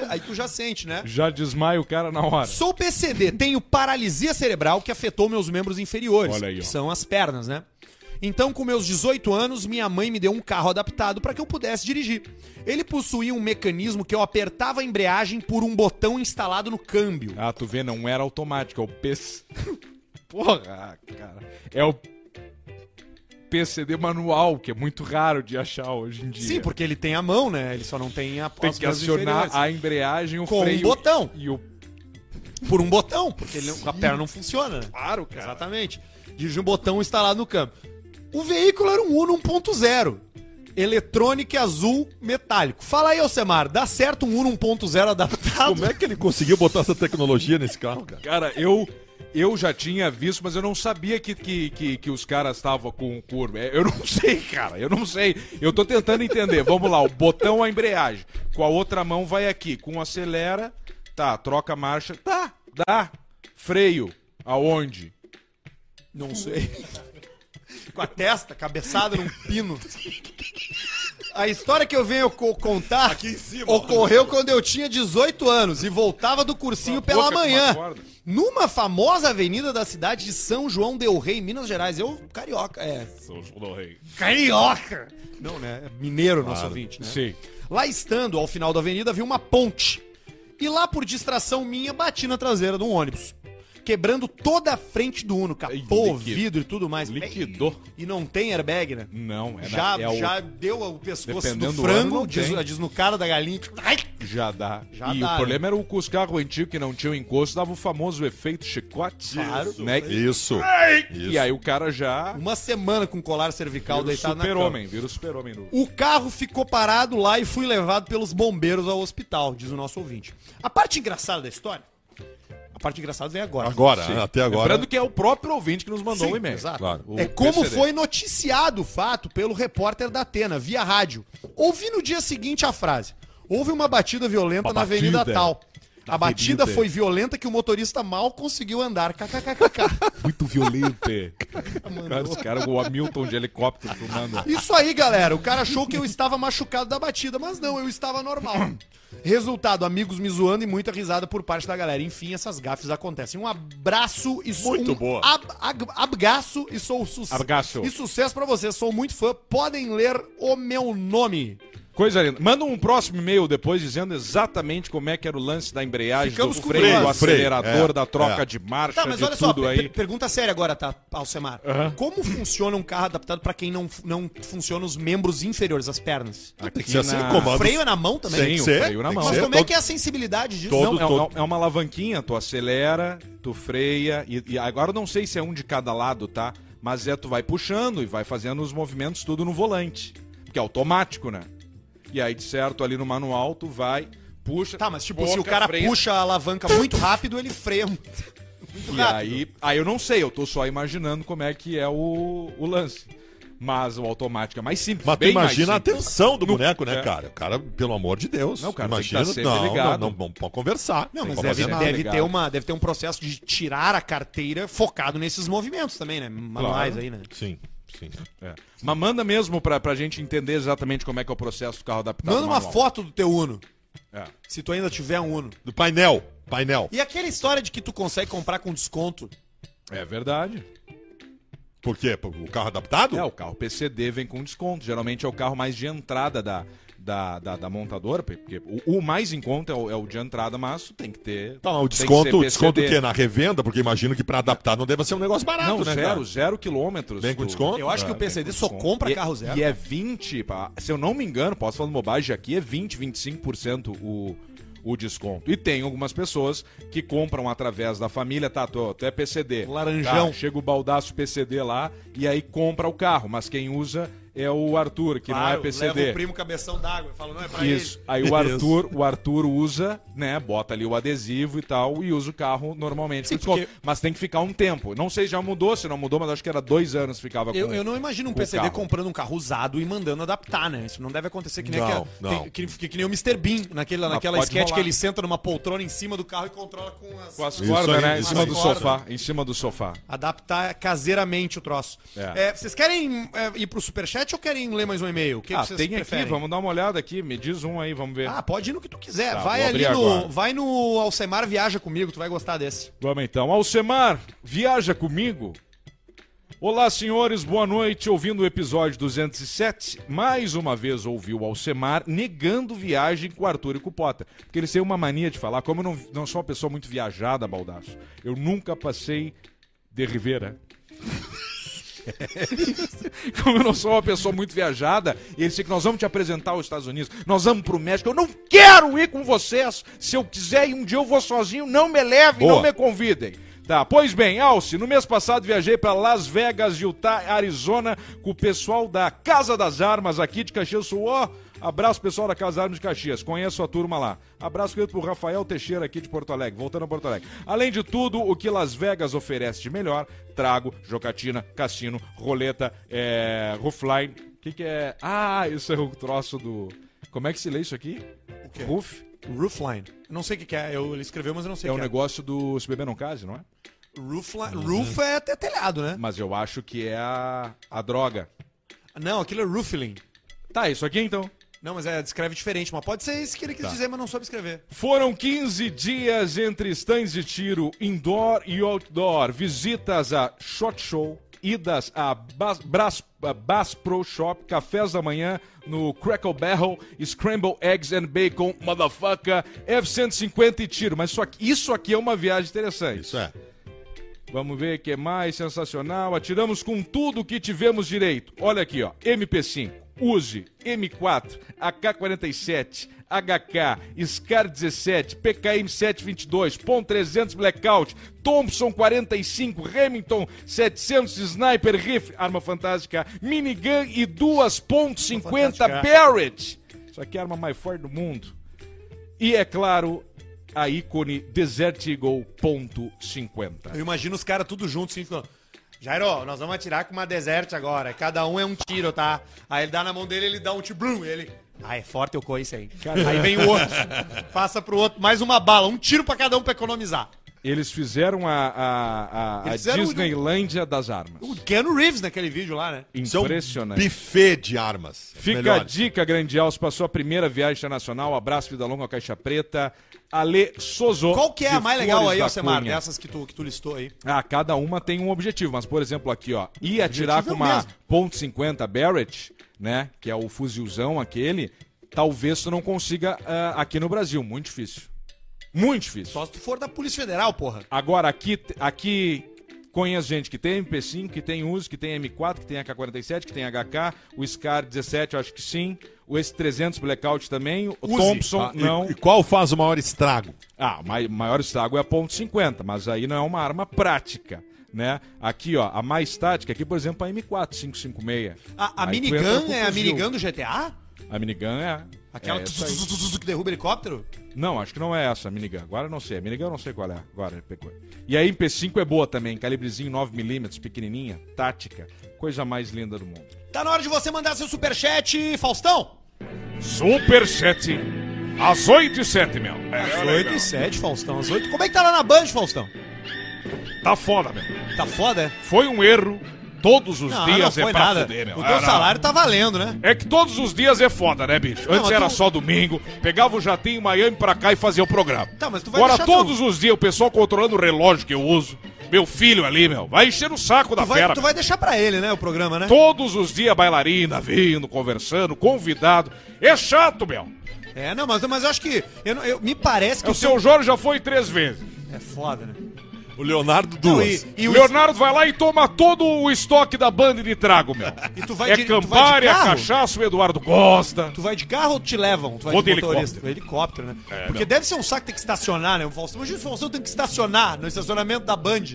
A: Aí tu já sente, né?
B: Já desmaia o cara na hora.
A: Sou PCD, tenho paralisia cerebral que afetou meus membros inferiores,
B: Olha aí, ó.
A: que são as pernas, né? Então, com meus 18 anos, minha mãe me deu um carro adaptado para que eu pudesse dirigir. Ele possuía um mecanismo que eu apertava a embreagem por um botão instalado no câmbio.
B: Ah, tu vê, não era automático, é o PC. Porra, cara. É o PCD manual, que é muito raro de achar hoje em dia.
A: Sim, porque ele tem a mão, né? Ele só não tem a
B: tem
A: as
B: que
A: mãos
B: acionar
A: inferiores.
B: a embreagem, o
A: Com um
B: freio
A: botão.
B: e o
A: por um botão, porque ele não- a perna não funciona, né?
B: paro, cara.
A: um Exatamente. Dirige um botão instalado no câmbio. O veículo era um Uno 1.0. Eletrônica azul metálico. Fala aí, Alcemar, dá certo um Uno 1.0 adaptado?
D: Como é que ele conseguiu botar essa tecnologia nesse carro, cara?
B: Cara, eu. Eu já tinha visto, mas eu não sabia que, que, que, que os caras estavam com curva. É, Eu não sei, cara, eu não sei. Eu tô tentando entender. Vamos lá, o botão a embreagem. Com a outra mão vai aqui. Com o acelera, tá, troca a marcha. Tá, dá. Freio, aonde?
A: Não sei. Com a testa cabeçada num pino. A história que eu venho co- contar ocorreu quando eu tinha 18 anos e voltava do cursinho
B: Com a
A: pela
B: boca com uma
A: manhã.
B: corda.
A: Numa famosa avenida da cidade de São João del Rei, Minas Gerais. Eu, carioca, é. Carioca! Não, né? É Mineiro, nosso ouvinte, né?
B: Sim.
A: Lá estando, ao final da avenida, vi uma ponte. E lá, por distração minha, bati na traseira de um ônibus. Quebrando toda a frente do Uno, capô,
B: liquidou.
A: vidro e tudo mais.
B: Liquidou.
A: E não tem airbag, né?
B: Não, é,
A: já,
B: na, é o-
A: já deu o pescoço
B: Dependendo
A: do
B: do
A: frango,
B: ano, não
A: diz,
B: tem.
A: diz no cara da galinha. tipo, ai,
B: já dá.
A: Já
B: e
A: dá, né?
B: o problema era o, com os carros antigos que não tinham encosto, dava o famoso efeito chicote.
D: Claro.
B: Né?
D: Isso.
B: E aí o cara já.
A: Uma semana com colar cervical
B: Vira o
A: deitado na cama.
B: super-homem, vira o super-homem. do-
A: O carro ficou parado lá e fui levado pelos bombeiros ao hospital, diz o nosso ouvinte. A parte engraçada da história. A parte engraçada vem agora.
D: Agora, até agora.
B: Lembrando que é o próprio ouvinte que nos mandou
A: Sim,
B: um e-mail.
A: exato.
D: Claro.
B: O
A: É como
B: PCD.
A: foi noticiado o fato pelo repórter da Atena, via rádio. Ouvi no dia seguinte a frase: houve uma batida violenta na avenida
D: batida.
A: tal. A batida
D: Avenida.
A: foi violenta que o motorista mal conseguiu andar. KKKKK.
B: Muito violento. cara, os caras com o Hamilton de helicóptero filmando.
A: Isso aí, galera. O cara achou que eu estava machucado da batida, mas não, eu estava normal. Resultado, amigos me zoando e muita risada por parte da galera. Enfim, essas gafes acontecem. Um abraço e sou
D: Muito
A: um
D: boa.
A: ab- ag- abgaço e sou sucesso.
B: Abgaço.
A: E sucesso pra vocês. Sou muito fã. Podem ler o meu nome.
B: Coisa linda. Manda um próximo e-mail depois dizendo exatamente como é que era o lance da embreagem,
A: Ficamos
B: do
A: com
B: freio,
D: freio,
B: do
D: freio,
B: acelerador,
D: é,
B: da troca
D: é.
B: de marcha,
A: Tá, mas
B: de
A: olha só,
B: tudo
A: per-
B: aí.
A: per- pergunta séria agora, tá, Alcemar. Como funciona um carro adaptado pra quem não, não funciona os membros inferiores, as pernas?
D: Tem que ser assim,
B: na-
D: comando.
A: Freio é na mão também?
B: Sim, o
D: ser,
B: freio na
D: tem que
B: mão.
A: Mas
D: ser.
A: como é que é a sensibilidade disso?
D: Todo-
B: Não, é,
D: todo-
B: é uma alavanquinha, tu acelera, tu freia, e, e agora eu não sei se é um de cada lado, tá? Mas é tu vai puxando e vai fazendo os movimentos tudo no volante. Porque é automático, né? E aí, de certo, ali no manual, tu vai, puxa.
A: Tá, mas tipo,
B: boca,
A: se o cara
B: freia,
A: puxa a alavanca muito rápido, ele freia muito muito
B: E
A: rápido.
B: aí, aí eu não sei, eu tô só imaginando como é que é o, o lance. Mas o automático é mais simples.
D: Mas tu
B: bem mais
D: imagina a
B: simples.
D: tensão do
B: No-
D: boneco, né,
B: é.
D: cara? O cara, pelo amor de Deus.
B: Não, cara, tem que
D: imagina.
B: tá sempre
D: não,
B: ligado. é
D: não, não, não pode conversar. Não,
A: Mas
B: Não
A: deve,
B: fazer nada,
A: deve
B: ligado.
A: ter uma, deve ter um processo de tirar a carteira focado nesses movimentos também, né? Manuais
B: Claro. Tá
A: aí, né?
D: Sim, sim.
B: É. Mas manda mesmo pra, pra gente entender exatamente como é que é o processo do carro adaptado.
A: Manda uma
B: manual.
A: foto do teu Uno,
B: É.
A: se tu ainda tiver um Uno.
D: Do painel, painel.
A: E aquela história de que tu consegue comprar com desconto.
B: É verdade.
D: Por quê? Por- O carro adaptado?
B: É, o carro PCD vem com desconto. Geralmente é o carro mais de entrada da, da, da, da montadora, porque o, o mais em conta é o, é o de entrada, mas tu tem que ter.
D: Tá, mas o
B: tem que ser
D: desconto, o
B: PCD.
D: desconto é o quê? Na revenda? Porque imagino que pra adaptar não deve ser um negócio barato,
B: Não,
D: né,
B: zero,
D: cara?
B: zero quilômetros. É,
D: Vem com
B: tu-
D: desconto?
A: Eu acho que o PCD só compra
B: E-
A: carro zero.
B: E é 20, pá, se eu não me engano, posso falar bobagem aqui, é 20, 25% o, o desconto. E tem algumas pessoas que compram através da família, tá, tu, tu é PCD.
A: Laranjão.
B: Tá, chega o baldaço PCD lá e aí compra o carro, mas quem usa é o Arthur, que não é
A: Leva o
B: PCD.
A: primo cabeção d'água. Fala, não é pra
B: Isso. Aí o Arthur, o Arthur usa, né? Bota ali o adesivo e tal, e usa o carro normalmente. com desconto. Mas tem que ficar um tempo. Não sei se já mudou, se não mudou, mas acho que era dois anos que ficava
A: ele. Eu,
B: com
A: eu não imagino um
B: com o
A: PCD
B: carro.
A: comprando um carro usado e mandando adaptar, né? Isso não deve acontecer que nem,
D: Não,
A: aquela-
D: não.
A: tem- Que, que- que nem o Mr. Bean, naquela,
B: Mas
A: naquela
B: pode
A: sketch
B: rolar.
A: que ele senta numa poltrona em cima do carro e controla com as,
B: Com as
D: Isso
B: cordas,
D: aí,
B: né? Em
D: isso
B: cima
D: aí.
B: do
A: Corda.
B: sofá. Em cima do sofá.
A: Adaptar caseiramente o troço.
B: É.
A: É, vocês querem é, ir pro superchat ou querem ler mais um e-mail? O que
B: ah,
A: vocês
B: tem
A: preferem?
B: aqui, vamos dar uma olhada aqui. Me diz um aí, vamos ver.
A: Ah, pode ir no que tu quiser.
B: Tá,
A: vai
B: vou
A: ali
B: abrir
A: no.
B: agora.
A: Vai no Alcemar Viaja comigo, tu vai gostar desse.
B: Vamos então. Alcemar, viaja comigo? Olá, senhores, boa noite. Ouvindo o episódio 207, mais uma vez ouvi o Alcemar negando viagem com Arthur e Cupota. Porque eles têm uma mania de falar, como eu não, não sou uma pessoa muito viajada, Baldaço, eu nunca passei de Rivera. Como eu não sou uma pessoa muito viajada, e eles dizem que nós vamos te apresentar aos Estados Unidos, nós vamos pro México, eu não quero ir com vocês. Se eu quiser e um dia eu vou sozinho, não me levem,
D: Boa.
B: não me convidem. Tá, pois bem, Alce, no mês passado viajei para Las Vegas, Utah, Arizona, com o pessoal da Casa das Armas aqui de Caxias do Sul. Ó, abraço pessoal da Casa das Armas de Caxias, conheço a turma lá. Abraço querido pro Rafael Teixeira aqui de Porto Alegre, voltando a Porto Alegre. Além de tudo, o que Las Vegas oferece de melhor, trago, jocatina, cassino, roleta, é, roofline. O que que é? Ah, isso é o troço do... Como é que se lê isso aqui? O quê? Roof?
A: Roofline. Não sei o que, que é. Eu, ele escreveu, mas eu não sei
B: É
A: o
B: o
A: que
B: negócio do Se Beber Não Case, não é?
A: é. Roofline. Roof é até telhado, né?
B: Mas eu acho que é a, a droga.
A: Não, aquilo é roofling.
B: Tá, isso aqui então.
A: Não, mas é, descreve diferente. Mas pode ser isso que ele
B: Tá.
A: quis dizer, mas não soube escrever.
B: Foram 15 dias entre stands de tiro indoor e outdoor, visitas a Shot Show, idas a Bas, Bras- a Bass Pro Shop, cafés da manhã no Crackle Barrel, Scramble Eggs and Bacon, motherfucker, F-150 e tiro. Mas isso aqui, isso aqui é uma viagem interessante.
D: Isso é.
B: Vamos ver o que é mais sensacional. Atiramos com tudo que tivemos direito. Olha aqui, ó. MP5, Uzi, M4, AK-47, HK, Scar 17, PKM 722, POM 300 Blackout, Thompson 45, Remington 700 Sniper Rifle, arma fantástica, minigun e duas ponto 50 Barrett. Isso aqui é a arma mais forte do mundo. E é claro, a ícone Desert Eagle ponto .50.
A: Eu imagino os caras tudo junto, assim, ficando...
I: Jairo, nós vamos atirar com uma deserte agora. Cada um é um tiro, tá? Aí ele dá na mão dele, ele dá um tiro, blum, ele... Ah, é forte, eu corro isso aí. Aí vem o outro, passa pro outro, mais uma bala, um tiro pra cada um pra economizar.
B: Eles fizeram a, a, a, a
I: Eles fizeram
A: um
I: o-
B: Disneylândia das armas.
I: O Keanu Reeves naquele vídeo lá, né?
D: Isso é um
B: Impressionante.
D: buffet de armas. É
B: Fica a
D: Melhores.
B: dica, grande Alce, para sua primeira viagem internacional. Abraço, vida longa, caixa preta. Ale Sozo.
A: Qual que é a
B: de
A: mais legal
B: Flores
A: aí,
B: da
A: Alcemar?
B: Cunha.
A: Dessas que tu, que tu listou aí.
B: Ah, cada uma tem um objetivo, mas por exemplo aqui, ó, ir
A: é
B: atirar com uma ponto .50 Barrett, né, que é o fuzilzão aquele, talvez tu não consiga ah, aqui no Brasil, muito difícil. Muito difícil.
A: Só se tu for da Polícia Federal, porra.
B: Agora, aqui, aqui conheço gente que tem MP5, que tem Uzi, que tem M4, que tem AK-47, que tem HK, o Scar 17, eu acho que sim, o S300 Blackout também, o Thompson,
D: Ah, e-
B: não.
D: E, qual faz o maior estrago?
B: Ah, o maior estrago é a ponto .50, mas aí não é uma arma prática. Né? Aqui, ó, a mais tática, aqui, por exemplo, a M4 556.
A: A, a
B: Aí tu entra com
A: minigun é a
B: fuzil.
A: minigun do GTA?
B: A minigun é.
A: Aquela
B: é
A: tu-
B: essa aí.
A: tu- tu- tu- tu- que derruba helicóptero?
B: Não, acho que não é essa a minigun. Agora eu não sei. A minigun eu não sei qual é. Agora ele pegou. E a MP5 é boa também. Calibrezinho 9mm, pequenininha, tática. Coisa mais linda do mundo.
A: Tá na hora de você mandar seu superchat, Faustão!
B: Super 7. Às 8 e 7, meu.
A: Às 8 e 7, Faustão, às 8. Como é que tá lá na Band, Faustão?
B: Tá foda, meu.
A: Tá foda, é?
B: Foi um erro. Todos os
A: Não, não
B: dias
A: foi
B: é pra
A: nada.
B: fuder, meu.
A: O
B: É,
A: teu
B: não.
A: salário tá valendo, né?
B: É que todos os dias é foda, né, bicho? Antes
A: mas
B: era
A: tu-
B: só domingo, pegava o jatinho em Miami pra cá e fazia o programa.
A: Tá, mas tu vai
B: Agora
A: deixar
B: todos os dias o pessoal controlando o relógio que eu uso. Meu filho ali, meu, vai encher o saco da
A: Tu vai,
B: Tá fera.
A: tu vai deixar pra ele, né, o programa, né?
B: Todos os dias bailarina vindo, conversando, convidado. É chato, meu.
A: É, não, mas, mas eu acho que. Eu, não- eu- me parece que
B: É O seu Jorge já foi três vezes.
A: É foda, né?
D: O Leonardo Duas.
A: Não,
B: E
A: E
B: o
A: o-
B: Leonardo vai lá e toma todo o estoque da banda de trago, meu.
A: E tu vai
B: é
A: de- tu vai de
B: Campari, é
A: carro?
B: cachaça, o Eduardo gosta.
A: Tu vai de carro ou te levam? Tu vai
B: Ou de É,
A: Helicóptero. helicóptero, né? Porque deve ser um saco ter que estacionar, né? O Faustão. Imagina se o Faustão tem que estacionar no estacionamento da Band.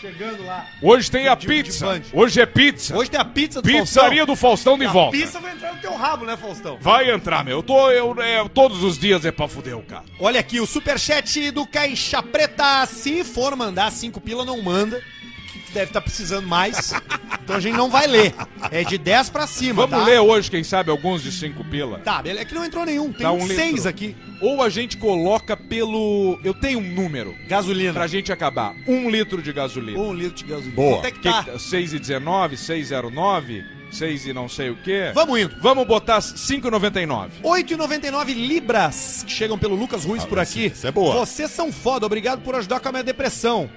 A: Chegando lá.
B: Hoje tem a
A: de
B: pizza.
A: Band.
B: Hoje é pizza.
A: Hoje tem a pizza do
B: Pizzaria do Faustão de
A: a
B: volta.
A: pizza vai entrar no teu rabo, né, Faustão?
B: Vai entrar, meu. Eu tô, eu, é, todos os dias é pra fuder o cara.
A: Olha aqui, o superchat do Caixa Preta. Se for mandar cinco pila, não manda. Que tu deve estar precisando mais. Então a gente não vai ler. É de 10 pra cima,
B: Vamos
A: tá?
B: ler hoje, quem sabe, alguns de cinco pila.
A: Tá, beleza. É que não entrou nenhum. Tem
B: Dá
A: um
B: um
A: seis
B: litro.
A: aqui.
B: Ou a gente coloca pelo. Eu tenho um número. Pra
A: Gasolina.
B: gente acabar. Um litro de gasolina.
A: Um litro de gasolina.
D: Boa.
A: Quanto é que
B: Que
A: tá?
B: que- 6,19, 6,09, 6 e não sei o quê.
A: Vamos indo.
B: Vamos botar 5,99.
A: 8,99 libras que chegam pelo Lucas
B: Ah,
A: Ruiz por aqui.
D: isso é boa.
A: Vocês são foda, obrigado por ajudar com a minha depressão.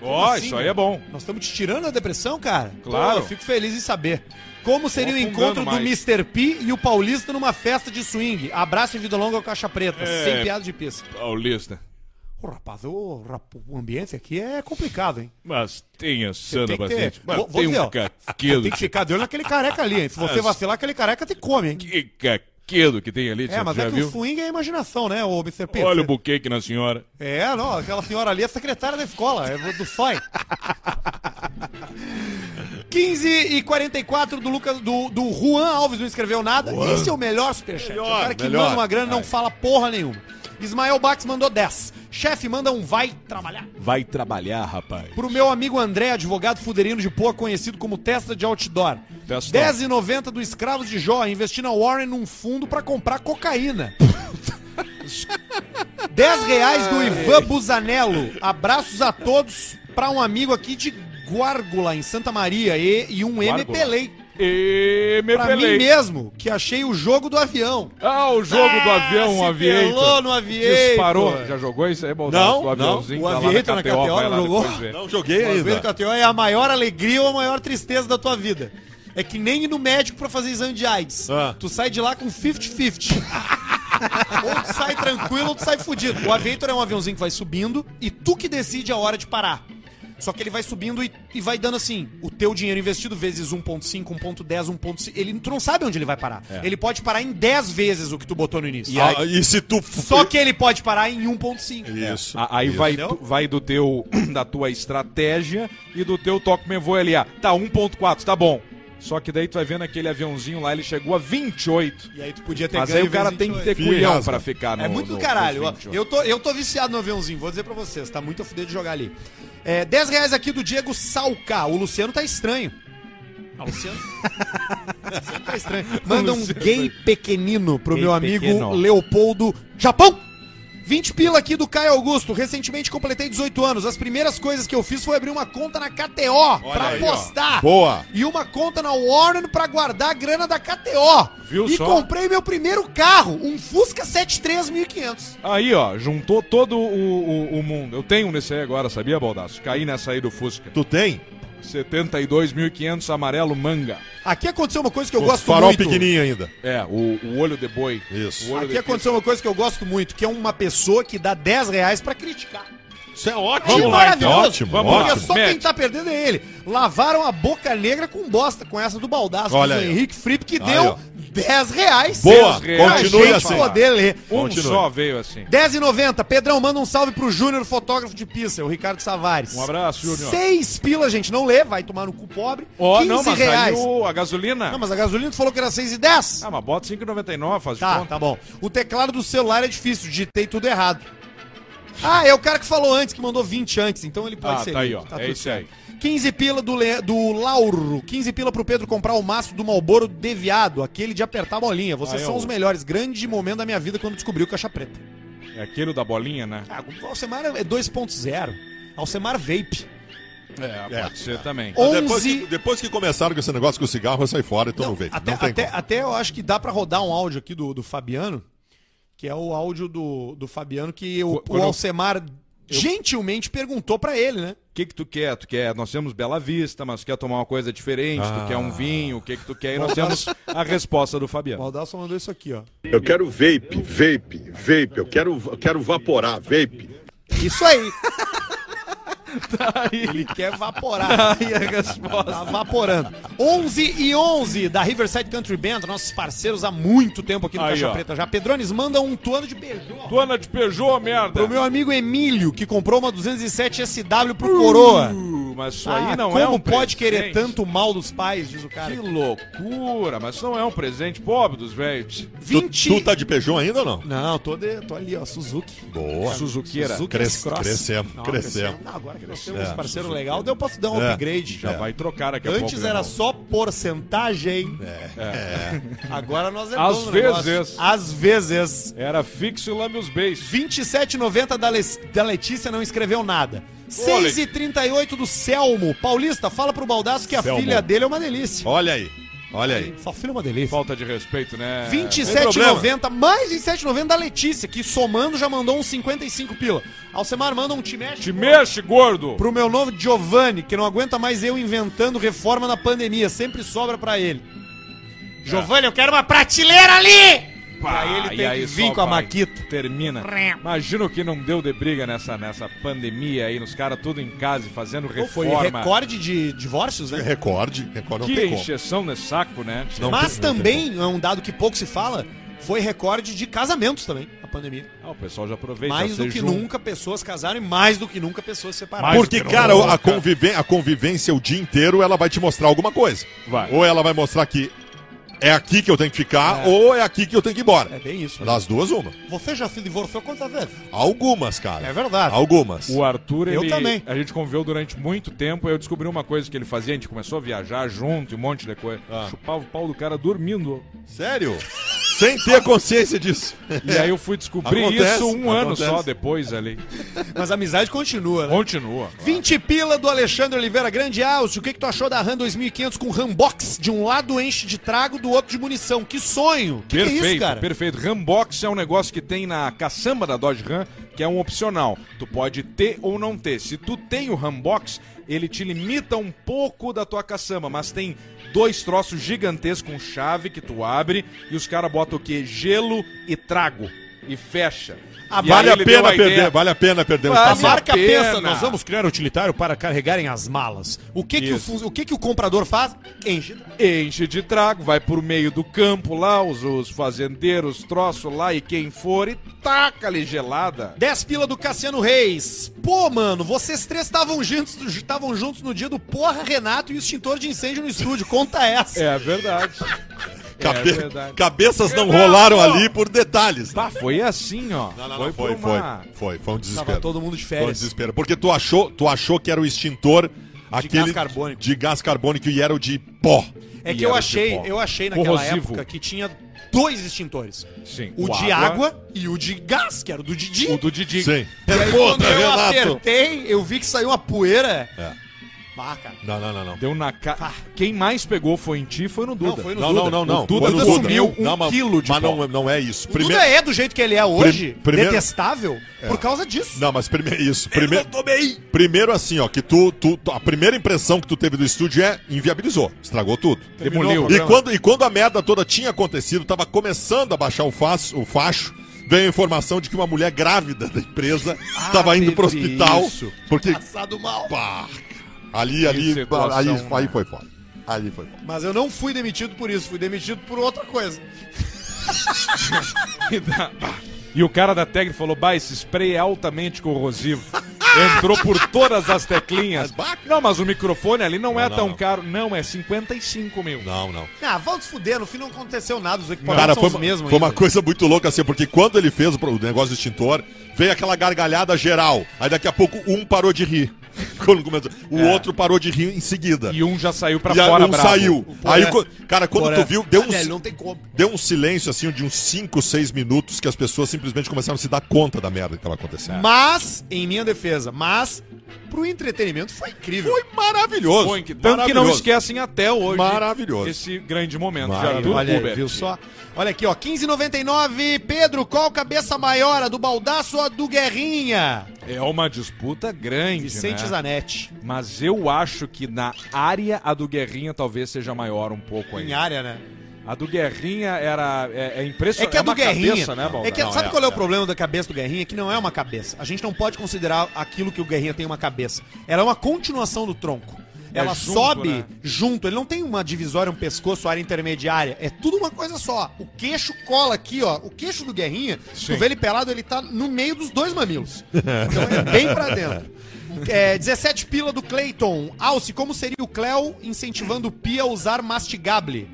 B: Ó,
A: assim,
B: isso aí
A: meu?
B: é bom.
A: Nós estamos te tirando a depressão, cara?
B: Claro.
A: eu fico feliz em saber. Como seria o
B: afundando
A: encontro do
B: mais.
A: Mr. P e o Paulista numa festa de swing? Abraço e vida longa ao Caixa Preta,
B: É.
A: sem piada de pista.
B: Paulista.
A: Ô, rapaz, ô, rap- o ambiente aqui é complicado, hein?
B: Mas tenha
A: Tem
B: sana
A: que ter-
B: Mas um
A: Vou- vou dizer, ó.
B: caquedo.
A: Tem que ficar de olho naquele careca ali, hein? Se você vacilar, aquele careca te come, hein?
B: Que caquedo. esquerdo que tem ali,
C: É,
B: já,
C: mas
B: já
C: é que
B: viu?
C: o swing é a imaginação, né, ô Mr. P?
B: Olha o buquê aqui na senhora.
C: É, não, aquela senhora ali é secretária da escola, é do SOI.
A: 15 e 44 do Lucas, do, do Juan Alves não escreveu nada. Esse é o melhor superchat. o cara que
D: melhor.
A: manda uma grana e não fala porra nenhuma. Ismael Bax mandou 10. Chefe, manda um vai trabalhar.
B: Vai trabalhar, rapaz.
A: Pro meu amigo André, advogado fuderino de Poa, conhecido como testa de outdoor.
B: Testão.
A: 10,90 do Escravos de Jó, investir na Warren num fundo pra comprar cocaína. 10 reais do Ivan Busanello. Abraços a todos pra um amigo aqui de Guárgula, em Santa Maria, e, e um
B: Guárgula.
A: MPLEI.
B: E me
A: Pra mim
B: pelei.
A: mesmo, que achei o jogo do avião. Ah,
B: Ah, o jogo do avião, o
A: se pelou
B: avião.
A: no Aviator.
B: Disparou. Já jogou isso aí, Baldassi?
D: Não,
B: o aviãozinho
A: não. O
B: tá lá
A: Aviator na KTO,
B: vai lá
A: jogou?
B: depois ver.
D: Não joguei
A: Uma vez
D: ainda.
A: que eu tenho, é a maior alegria ou a maior tristeza da tua vida. É que nem ir no médico pra fazer exame de AIDS.
D: Ah.
A: Tu sai de lá com 50-50. ou tu sai tranquilo ou tu sai fudido. O Aviator é um aviãozinho que vai subindo e tu que decide a hora de parar. Só que ele vai subindo e, e vai dando assim, o teu dinheiro investido vezes 1.5, 1.10, 1.5. Ele tu não sabe onde ele vai parar.
B: É.
A: Ele pode parar em 10 vezes o que tu botou no início.
D: Ah, e se tu.
A: Só é. que ele pode parar em 1.5.
D: Isso.
B: A- Aí
D: Isso.
B: vai, tu- vai do teu da tua estratégia e do teu toque me vou ali. Ah, tá 1.4, tá bom. Só que daí tu vai vendo aquele aviãozinho lá, ele chegou a 28.
A: E aí tu podia ter
B: Mas aí o cara tem que ter culhão
D: Fiasco.
B: pra ficar no
A: É muito
B: no-
A: do caralho.
B: nos
A: ó.
B: 28.
A: Eu tô, eu tô viciado no aviãozinho, vou dizer pra vocês. Tá muito a fuder de jogar ali. É, 10 reais aqui do Diego Salca. O Luciano tá estranho. Ah, o Luciano. o Luciano tá estranho. Manda um gay pequenino pro
B: Gay
A: meu amigo
B: pequeno.
A: Leopoldo Japão. 20 pila aqui do Caio Augusto. Recentemente completei 18 anos. As primeiras coisas que eu fiz foi abrir uma conta na KTO pra
D: aí, ó.
A: postar.
D: Boa.
A: E uma conta na Warren pra guardar a grana da KTO.
B: Viu
A: e
B: só?
A: comprei meu primeiro carro, um Fusca 73 1500.
B: Aí, ó, juntou todo o, o- o mundo. Eu tenho um nesse aí agora, sabia, Baldaço? Caí nessa aí do Fusca.
D: Tu tem?
B: 72.500 amarelo manga.
A: Aqui aconteceu uma coisa que eu
D: O
A: gosto
D: farol
A: muito.
D: pequenininho ainda.
B: É, o, o olho de boi.
D: Isso.
B: O olho
A: Aqui é
B: de-
A: aconteceu uma coisa que eu gosto muito, que é uma pessoa que dá 10 reais pra criticar.
D: Isso é
A: Que
D: ótimo.
B: Vamos lá, então.
D: Ótimo,
B: Vamos lá.
A: Porque
D: ótimo.
A: só quem
B: Mete.
A: tá perdendo é ele. Lavaram a boca negra com bosta, com essa do baldaço
D: Olha
A: do
D: aí, ó.
A: Henrique Fripp, que
D: Aí,
A: deu
D: ó.
A: 10 reais.
D: Boa,
B: reais.
A: pra
D: continue
A: gente
D: assim.
A: poder ler.
B: Um
D: Continua.
B: só veio assim.
A: 10 e 90, Pedrão, manda um salve pro Júnior, fotógrafo de pizza, o Ricardo Savares.
B: Um abraço, Júnior.
A: Seis pila, gente, não lê, vai tomar no cu pobre.
B: Ó,
A: 15
B: não, mas
A: reais.
B: aí o, a gasolina.
A: Não, mas a gasolina tu falou que era 6 e 10.
B: Ah, mas bota 5,99, faz de
A: Tá,
B: conta.
A: tá bom. O teclado do celular é difícil, digitei tudo errado. Ah, é o cara que falou antes, que mandou 20 antes, então ele pode
B: Ah,
A: ser.
B: tá aí,
A: lido,
B: ó, é
A: tudo
B: esse aí.
A: certo. 15 pila do, Le- do Lauro, 15 pila pro Pedro comprar o maço do Malboro deviado, aquele de apertar a bolinha. Vocês
B: Aí,
A: são
B: ó.
A: os melhores. Grande momento da minha vida quando descobri o caixa preta.
B: É aquele da bolinha, né?
A: Ah, o Alcemar é 2.0. Alcemar Vape.
B: É, pode ser também.
A: Ou-
D: Depois, que,
A: 11.
D: depois que começaram com esse negócio com o cigarro, eu saí fora, então não, veio.
A: até,
D: não tem
A: até,
D: como.
A: até eu acho que dá pra rodar um áudio aqui do, do Fabiano, que é o áudio do, do Fabiano que o,
B: Quando
A: o
B: eu-
A: Alcemar gentilmente perguntou pra ele, né?
B: O que que tu quer? Tu quer, nós temos Bela Vista, mas quer tomar uma coisa diferente, tu quer um vinho, o que que tu quer? E nós temos a resposta do
A: O
B: Fabiano.
A: Baldasso mandou isso aqui, ó.
J: Eu quero vape, vape, vape. Eu quero, eu quero vaporar, vape.
A: Isso aí.
B: Tá
A: Ele quer evaporar.
B: E Tá a resposta.
A: Tá evaporando. 11 e 11 da Riverside Country Band, nossos parceiros há muito tempo aqui no
B: Aí,
A: Caixa
B: ó.
A: Preta já. Pedrones manda um tuano de beijão.
B: Tuana de Peugeot, merda.
A: Pro meu amigo Emílio, que comprou uma 207 SW pro Coroa.
B: Uh, mas isso
A: Ah,
B: aí não
A: como
B: é um
A: pode
B: presente.
A: querer tanto mal dos pais, diz o cara.
B: Que loucura, mas isso não é um presente pobre dos velhos.
A: 20.
D: Tu tá de Peugeot ainda ou não?
A: Não, tô, de, tô ali, ó, Suzuki.
D: Boa.
B: Suzuqueira.
A: Suzuki
D: Cres-
A: S-Cross.
D: crescemos,
A: Não,
D: crescemos.
A: Não, agora que nós temos esse parceiro legal, daí eu posso dar um
D: É.
A: upgrade.
B: É. Já vai trocar daqui a pouco. É.
A: Antes
B: né,
A: era
B: irmão?
A: só porcentagem. Agora nós é
B: Às
A: dono do negócio.
B: vezes.
A: Às vezes.
B: Era fixo e lambe os beijos.
A: 27,90 da, Le- da Letícia não escreveu nada.
B: Leti-
A: 6,38 do Selmo. Paulista, fala pro Baldaço que a
D: Selmo.
A: filha dele é uma delícia.
D: Olha aí. Olha aí.
A: Sua filha é uma delícia.
B: Falta de respeito, né?
D: Não tem
A: 27,90, mais 27,90 da Letícia, que somando já mandou uns 55 pila. Alcemar, manda um te mexe.
B: Te mexe, gordo!
A: Pro meu novo Giovanni, que não aguenta mais eu inventando reforma na pandemia, sempre sobra pra ele.
B: É.
A: Giovanni, eu quero uma prateleira ali!
B: Pá,
A: Aí ele
B: e
A: tem que
B: só
A: vir com a
B: vai.
A: maquita.
B: Termina. Imagina o que não deu de briga nessa, nessa pandemia aí, nos caras tudo em casa e fazendo
A: Pô, Foi
B: reforma.
A: recorde de divórcios, né?
D: Recorde. Recorde não
B: que
D: tem como.
B: encheção nesse saco, né?
D: Não
A: Mas
D: tem- não tem
A: também, é um dado que pouco se fala, Foi recorde de casamentos também, a pandemia.
B: Ah, o pessoal já aproveita.
A: mais
B: já
A: do
B: se
A: que
B: junta.
A: nunca pessoas casaram e mais do que nunca pessoas separaram.
B: Mas
D: Porque,
B: que
D: cara,
B: louca.
D: a, conviven- a convivência o dia inteiro, ela vai te mostrar alguma coisa.
B: Vai.
D: Ou ela vai mostrar que é aqui que eu tenho que ficar, ou é aqui que eu tenho que ir embora.
A: É bem isso.
D: Das duas, uma.
C: Você já se divorciou quantas vezes?
D: Algumas, cara.
C: É verdade.
D: Algumas.
B: O Arthur, ele,
C: Eu também.
B: a gente conviveu durante muito tempo. Eu descobri uma coisa que ele fazia. A gente começou a viajar junto e um monte de coisa.
D: Ah.
B: Chupava o pau do cara dormindo.
D: Sério? Sem ter consciência disso.
B: E aí eu fui descobrir
D: Acontece,
B: isso um ano
D: acontece.
B: só depois ali.
A: Mas a amizade continua, né?
B: Continua.
A: 20 pila do Alexandre Oliveira Grande Alce. O que, que tu achou da RAM 2500 com Rambox? De um lado enche de trago, do outro de munição. Que sonho! Que
B: perfeito,
A: que é isso, cara?
B: perfeito. Rambox é um negócio que tem na caçamba da Dodge Ram, que é um opcional. Tu pode ter ou não ter. Se tu tem o Rambox, ele te limita um pouco da tua caçamba, mas tem dois troços gigantescos com chave que tu abre e os caras botam o quê? Gelo e trago. E fecha. E
D: Ah,
B: aí
D: Vale a
B: ele deu
D: pena perder,
B: ideia-
D: vale a pena perder
B: Vale
D: um
A: A
D: espaço.
A: marca
B: pena.
A: pensa, nós vamos criar utilitário para carregarem as malas. O que, que, o,
B: Isso.
A: fu- o, que, que o comprador faz? Enche.
B: enche de trago, vai por meio do campo lá, os, os fazendeiros, troço lá e quem for, e taca ali gelada.
A: 10 pila do Cassiano Reis. Pô, mano, vocês três estavam juntos, estavam juntos no dia do Porra Renato e o extintor de incêndio no estúdio. Conta essa.
B: É verdade.
D: Cabe-
B: É verdade.
D: Cabeças não
B: Não,
D: rolaram
B: não.
D: ali por detalhes.
B: Bah, foi assim, ó.
D: Não, não, não,
B: por
D: foi, foi,
B: uma-
D: foi, foi
A: Tava
D: um desespero.
A: todo mundo de
D: Foi um
A: férias.
D: desespero. Porque tu achou, tu achou que era o extintor aquele
A: gás carbônico.
D: de gás carbônico e era o de pó.
A: É que
B: E
A: eu
B: era de
A: achei,
B: pó.
A: eu achei naquela
B: Corrosivo.
A: época que tinha dois extintores.
B: Sim.
A: O, de água, e o de gás, que era o do Didi.
B: O do Didi.
D: Sim.
A: E aí,
D: Puta,
A: quando eu
D: Renato.
A: apertei, eu vi que saiu uma poeira.
D: É.
A: Bah, cara.
D: Não, não, não, não.
B: Deu na cara. Quem mais pegou foi em ti, foi no Duda.
A: foi no
D: Tá. Não, não, não, não.
B: O Duda
D: Foi no
B: consumiu um
D: Não, mas-
B: quilo de
D: Mas
B: pó.
D: não, não é isso.
A: O
D: Primeiro,
A: Duda é do jeito que ele é hoje,
D: primeiro- É.
A: detestável, por causa disso.
D: Não, mas primeiro isso. Primeiro, primeiro assim, ó, que tu, tu, tu- a primeira impressão que tu teve do estúdio é inviabilizou, estragou tudo.
B: Demoliu.
D: E quando, e quando a merda toda tinha acontecido, tava começando a baixar o, faço, o facho, veio a informação de que uma mulher grávida da empresa tava indo pro
B: Ah, teve
D: hospital.
B: isso.
D: Porque.
A: Passado mal.
D: Pá, ali, ali.
B: situação,
D: aí,
B: né?
D: aí foi foda. Ali foi foda.
A: Mas eu não fui demitido por isso, fui demitido por outra coisa.
B: E da- E o cara da técnica falou: bah, esse spray é altamente corrosivo. Entrou por todas as teclinhas. Não, mas o microfone ali não, é
D: não,
B: tão
D: não.
B: caro. Não, é 55 mil.
D: Não, não.
A: Ah, vamos fuder, no fim não aconteceu nada, os equipamentos
D: Cara,
A: são
D: foi,
A: os
D: uma-
A: mesmos
D: foi uma
A: ainda.
D: coisa muito louca, assim, porque quando ele fez o pro- o negócio do extintor, veio aquela gargalhada geral. Aí daqui a pouco um parou de rir. Quando começou. O outro parou de rir em seguida. E,
B: E um já saiu pra
D: aí
B: fora,
D: um
B: bravo. é
D: saiu.
A: Porã-
D: aí, co- cara, quando
A: Porã.
D: tu viu, deu um,
A: ah, Velho, não tem como.
D: deu um silêncio, assim, de uns 5, 6 minutos que as pessoas simplesmente começaram a se dar conta da merda que tava acontecendo.
A: É. Mas, em minha defesa, mas pro entretenimento foi incrível.
D: Foi maravilhoso.
B: Põe que- Tanto que não
D: Maravilhoso.
B: esquecem até hoje
D: Maravilhoso.
B: esse grande momento. Já
D: Maravilhoso.
B: viu,
A: Olha, aí,
B: Hubert?
A: viu só? Olha aqui, ó, 15,99. Pedro, qual cabeça maior, a do Baldaço ou a do Guerrinha?
B: É uma disputa grande,
A: Vicente
B: né?
A: Zanetti.
B: Mas eu acho que na área a do Guerrinha talvez seja maior um pouco
A: Em
B: ainda.
A: área, né?
B: A do Guerrinha era é, é impressionante.
A: É que é, do
B: uma cabeça,
A: Guerrinha.
B: né, Baldassare?
A: é que,
D: Não,
A: sabe
D: é,
A: qual é, o
D: é.
A: problema da cabeça do Guerrinha? Que não é uma cabeça. A gente não pode considerar aquilo que o Guerrinha tem uma cabeça. Ela é uma continuação do tronco.
B: É
A: Ela
B: junto,
A: sobe
B: né?
A: junto, ele não tem uma divisória, um pescoço, área intermediária. É tudo uma coisa só. O queixo cola aqui, ó. O queixo do Guerrinha, se tu
B: Sim.
A: vê ele pelado, ele tá no meio dos dois mamilos. Então é bem pra dentro. É, 17 pila do Clayton. Alce, como seria o Cleo incentivando o Pia a usar mastigable?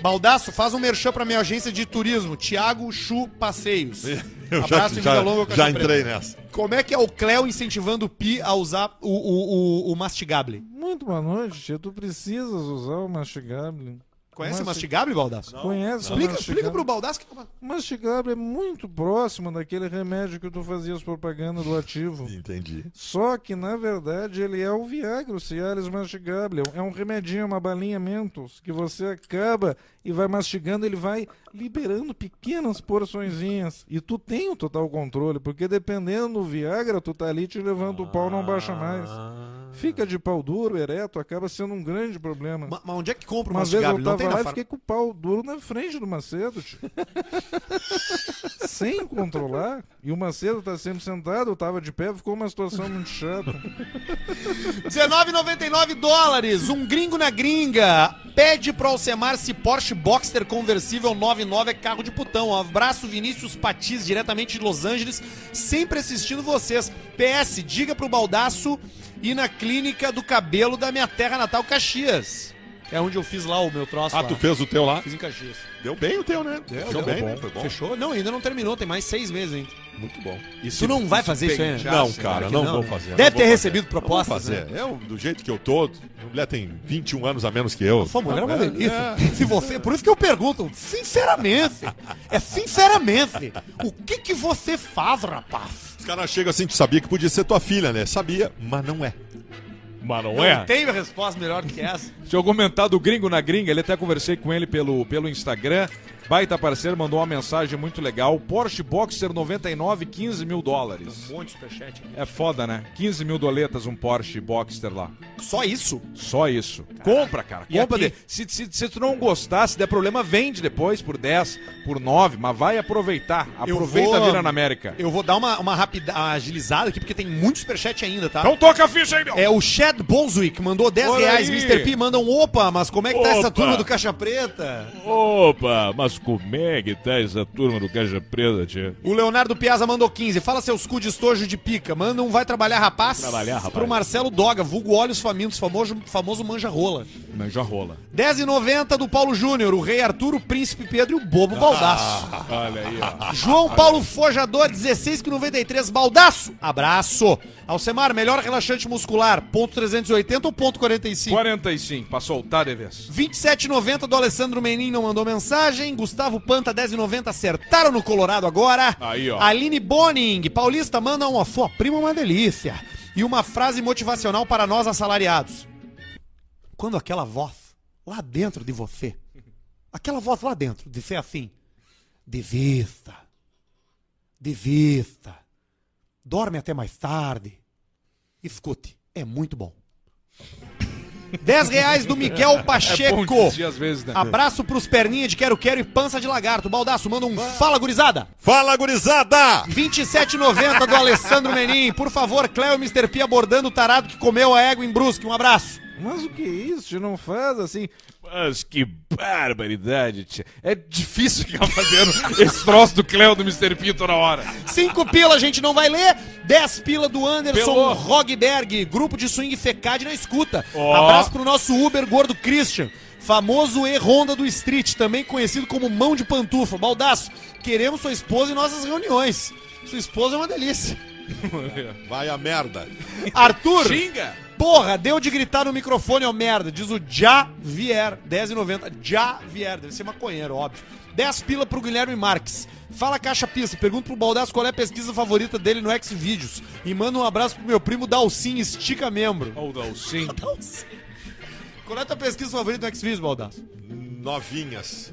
A: Baldaço, faz um merchan pra minha agência de turismo, Tiago Chu Passeios.
D: Eu já,
A: em
D: já,
A: Vida Longa, Caixa
D: já
A: Preta.
D: entrei nessa.
A: Como é que é o Cleo incentivando o Pi a usar o, o, o, o mastigable?
K: Muito boa noite, tu precisas usar o mastigable.
A: Conhece o
K: Mas-
A: mastigable, Baldaço?
K: Conhece o
A: Explica,
K: mastigable?
A: explica pro Baldaço que...
K: O mastigable é muito próximo daquele remédio que tu fazias propaganda do ativo.
D: Entendi.
K: Só que, na verdade, ele é o Viagra, o Cialis mastigable. É um remedinho, uma balinha Mentos, que você acaba e vai mastigando, ele vai liberando pequenas porçõezinhas. E tu tem o total controle, porque dependendo do Viagra, tu tá ali te levando o pau, não baixa mais. Fica de pau duro, ereto, acaba sendo um grande problema.
A: Ma- Mas, onde é que compra o
K: Uma vez
A: mastigável?
K: eu
A: Não tem
K: tava
A: na
K: lá e
A: farmácia.
K: fiquei com o pau duro na frente do Macedo, tio. Sem controlar. E o Macedo tá sempre sentado, eu tava de pé, ficou uma situação muito chata.
A: 19,99 dólares. Um gringo na gringa. Pede pro Alcemar se Porsche Boxster conversível 99 é carro de putão. Abraço, Vinícius Patiz, diretamente de Los Angeles. Sempre assistindo vocês. PS, diga pro Baldaço e na clínica do cabelo da minha terra natal, Caxias. É onde eu fiz lá o meu troço.
D: Ah,
A: lá.
D: tu fez o teu lá?
A: Fiz em Caxias.
D: Deu bem o teu, né? Deu,
A: deu
D: bem,
A: bom.
D: né? Foi bom.
A: Fechou? Não, ainda não terminou, tem mais seis meses ainda.
D: Muito bom.
A: tu não vai fazer isso aí, né?
D: Não, cara, não, vou fazer. não
A: Deve
D: vou
A: ter
D: fazer.
A: recebido
D: Não vou
A: propostas, né?
D: fazer. Eu, do jeito que eu tô, a mulher tem 21 anos a menos que eu.
L: Sua mulher é uma
D: É,
L: delícia. Se você, por isso que eu pergunto, sinceramente, é sinceramente, o que que você faz, rapaz?
D: Os caras chegam assim, tu sabia que podia ser tua filha, né? Sabia, mas não é.
B: Mas não,
A: Não
B: é?
A: tem resposta melhor que essa.
B: Deixa eu comentar do gringo na gringa, ele até conversei com ele pelo, pelo Instagram. Baita parceiro, mandou uma mensagem muito legal. Porsche Boxer 99, 15 mil dólares.
A: um Monte de superchat.
B: É foda, né? 15 mil doletas um Porsche Boxster lá.
A: Só isso?
B: Só isso. Compra, cara.
A: E
B: Compra.
A: aqui?
B: De... Se, se, se tu não gostar, se der problema, vende depois por 10, por 9, mas vai aproveitar.
A: Eu
B: Aproveita
A: vou-
B: a Vila na América.
A: Eu vou dar uma, uma rápida agilizada aqui, porque tem muito superchat ainda, tá?
B: Então toca a ficha aí, meu!
A: É o Chad Bonswick, mandou 10
B: Olha
A: reais.
B: aí.
A: Mr. P manda um opa, mas como é que tá essa
M: Opa.
A: turma do Caixa Preta?
M: Opa, mas como é que tá essa turma do Caixa Preta, tia?
A: O Leonardo Piazza mandou 15. Fala seus cu de estojo de pica. Manda um vai trabalhar, rapaz.
M: Trabalhar, rapaz.
A: Pro Marcelo Doga, vulgo Olhos Famintos, famoso, famoso manja rola.
B: Mas já rola.
A: 10,90 do Paulo Júnior, o Rei Arturo, o Príncipe Pedro e o
M: Ah.
A: Bobo Baldaço.
M: Olha aí,
B: Ah,
M: ó.
A: João Paulo Fojador, 16,93. Baldaço, abraço. Alcemar, melhor relaxante muscular, ponto 380 ou ponto 45?
B: 45, pra soltar de vez.
A: 27,90 do Alessandro Menin não mandou mensagem. Gustavo Panta, 10,90 acertaram no Colorado agora.
M: Aí, ó.
A: Aline Boning, Paulista, manda uma sua prima é uma delícia. E uma frase motivacional para nós assalariados. Quando aquela voz lá dentro de você, aquela voz lá dentro, disser assim: desista, desista, dorme até mais tarde, escute, é muito bom. 10 reais do
M: É
A: Miguel
B: Bom
A: Pacheco.
B: dizer às vezes, né?
A: Abraço pros perninha de quero quero e pança de lagarto. Baldaço, manda um fala gurizada.
D: Fala, gurizada!
A: 27,90 do Alessandro Menin. Por favor, Cléo e Mr. P abordando o tarado que comeu a égua em Brusque. Um abraço.
K: Mas o que é isso? tio? Não faz assim.
M: Mas que barbaridade, tia. É difícil ficar fazendo esse troço do Cleo do Mr. Pinto na hora.
A: 5 pila a gente não vai ler. 10 pila do
B: Pelou.
A: Anderson Rogberg, grupo de swing FECAD na escuta.
M: Ó.
A: Abraço pro nosso Uber gordo Christian. Famoso E-Honda do Street, também conhecido como mão de pantufa. Baldaço, queremos sua esposa em nossas reuniões. Sua esposa é uma delícia.
D: Vai a merda.
A: Arthur,
B: Xinga!
A: Porra, deu de gritar no microfone, ó merda. Diz o Javier, 10,90. Javier, deve ser maconheiro, óbvio. 10 pila pro Guilherme Marques. Fala caixa pista, pergunta pro Baldasso qual é a pesquisa favorita dele no Xvideos. E manda um abraço pro meu primo Dalcin, estica membro.
B: Ou não, sim.
A: Dalcin. Qual é a tua pesquisa favorita no Xvideos, Baldasso?
D: Novinhas.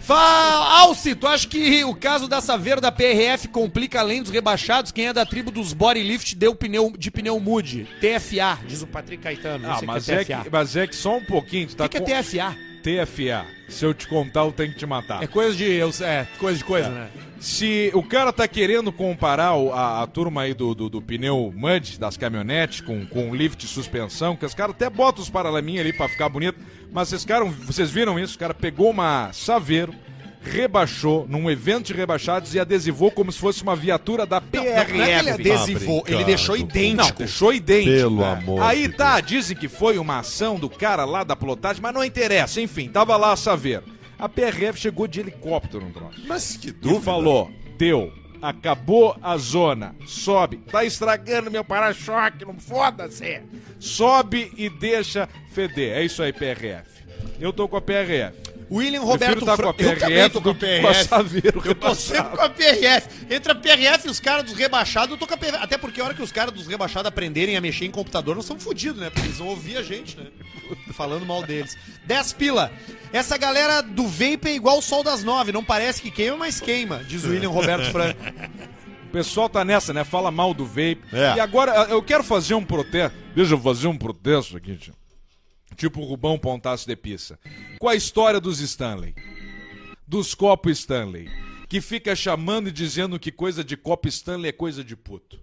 A: Fala, Alci, tu acha que o caso da Saveiro da PRF complica além dos rebaixados? Quem é da tribo dos bodylift deu pneu, de pneu mude? TFA, diz o Patrick Caetano.
B: Ah, mas é, que, mas é que só um pouquinho, tu tá
A: O que, que
B: com
A: é TFA?
B: TFA. Se eu te contar, eu tenho que te matar.
A: É coisa de. eu- É, coisa de coisa, né?
B: Se o cara tá querendo comparar o- a, a turma aí do, do, do pneu Mud, das caminhonetes, com, com lift e suspensão, que os caras até botam os paralaminha ali pra ficar bonito, mas vocês, caras- vocês viram isso? O cara pegou uma Saveiro, rebaixou num evento de rebaixados e adesivou como se fosse uma viatura da PRF.
A: Não é que ele adesivou,
D: Tá
A: ele deixou
D: brincando.
B: Não,
A: idêntico.
B: deixou idêntico.
D: Pelo
B: É.
D: amor
B: Aí
D: de
B: tá, dizem que foi uma ação do cara lá da plotagem, mas não interessa. Enfim, tava lá a Saveiro. A PRF chegou de helicóptero no troço.
D: Mas que
B: Tu
D: dúvida.
B: falou, deu, acabou a zona, sobe, tá estragando meu para-choque, não foda-se. Sobe e deixa feder. É isso aí, PRF. Eu tô com a PRF.
A: William
B: Prefiro tá
A: Fra-
B: com a
A: Eu também
B: PRF
A: tô com a
B: do que com a
A: PRF.
B: Saveiro.
A: Eu tô sempre com a PRF. Entre a PRF e os caras dos rebaixados, eu tô com a PRF. Até porque a hora que os caras dos rebaixados aprenderem a mexer em computador, nós somos fodidos, né? Porque eles vão ouvir a gente, né? falando mal deles. 10 pila. Essa galera do vape é igual o sol das nove. Não parece que queima, mas queima, diz o William Roberto Franco.
B: O pessoal tá nessa, né? Fala mal do vape.
D: É.
B: E agora eu quero fazer um protesto. Deixa eu fazer um protesto aqui, tio. Tipo o Rubão Pontaço de Pissa. Com a história dos Stanley. Dos copos Stanley. Que fica chamando e dizendo que coisa de copo Stanley é coisa de puto.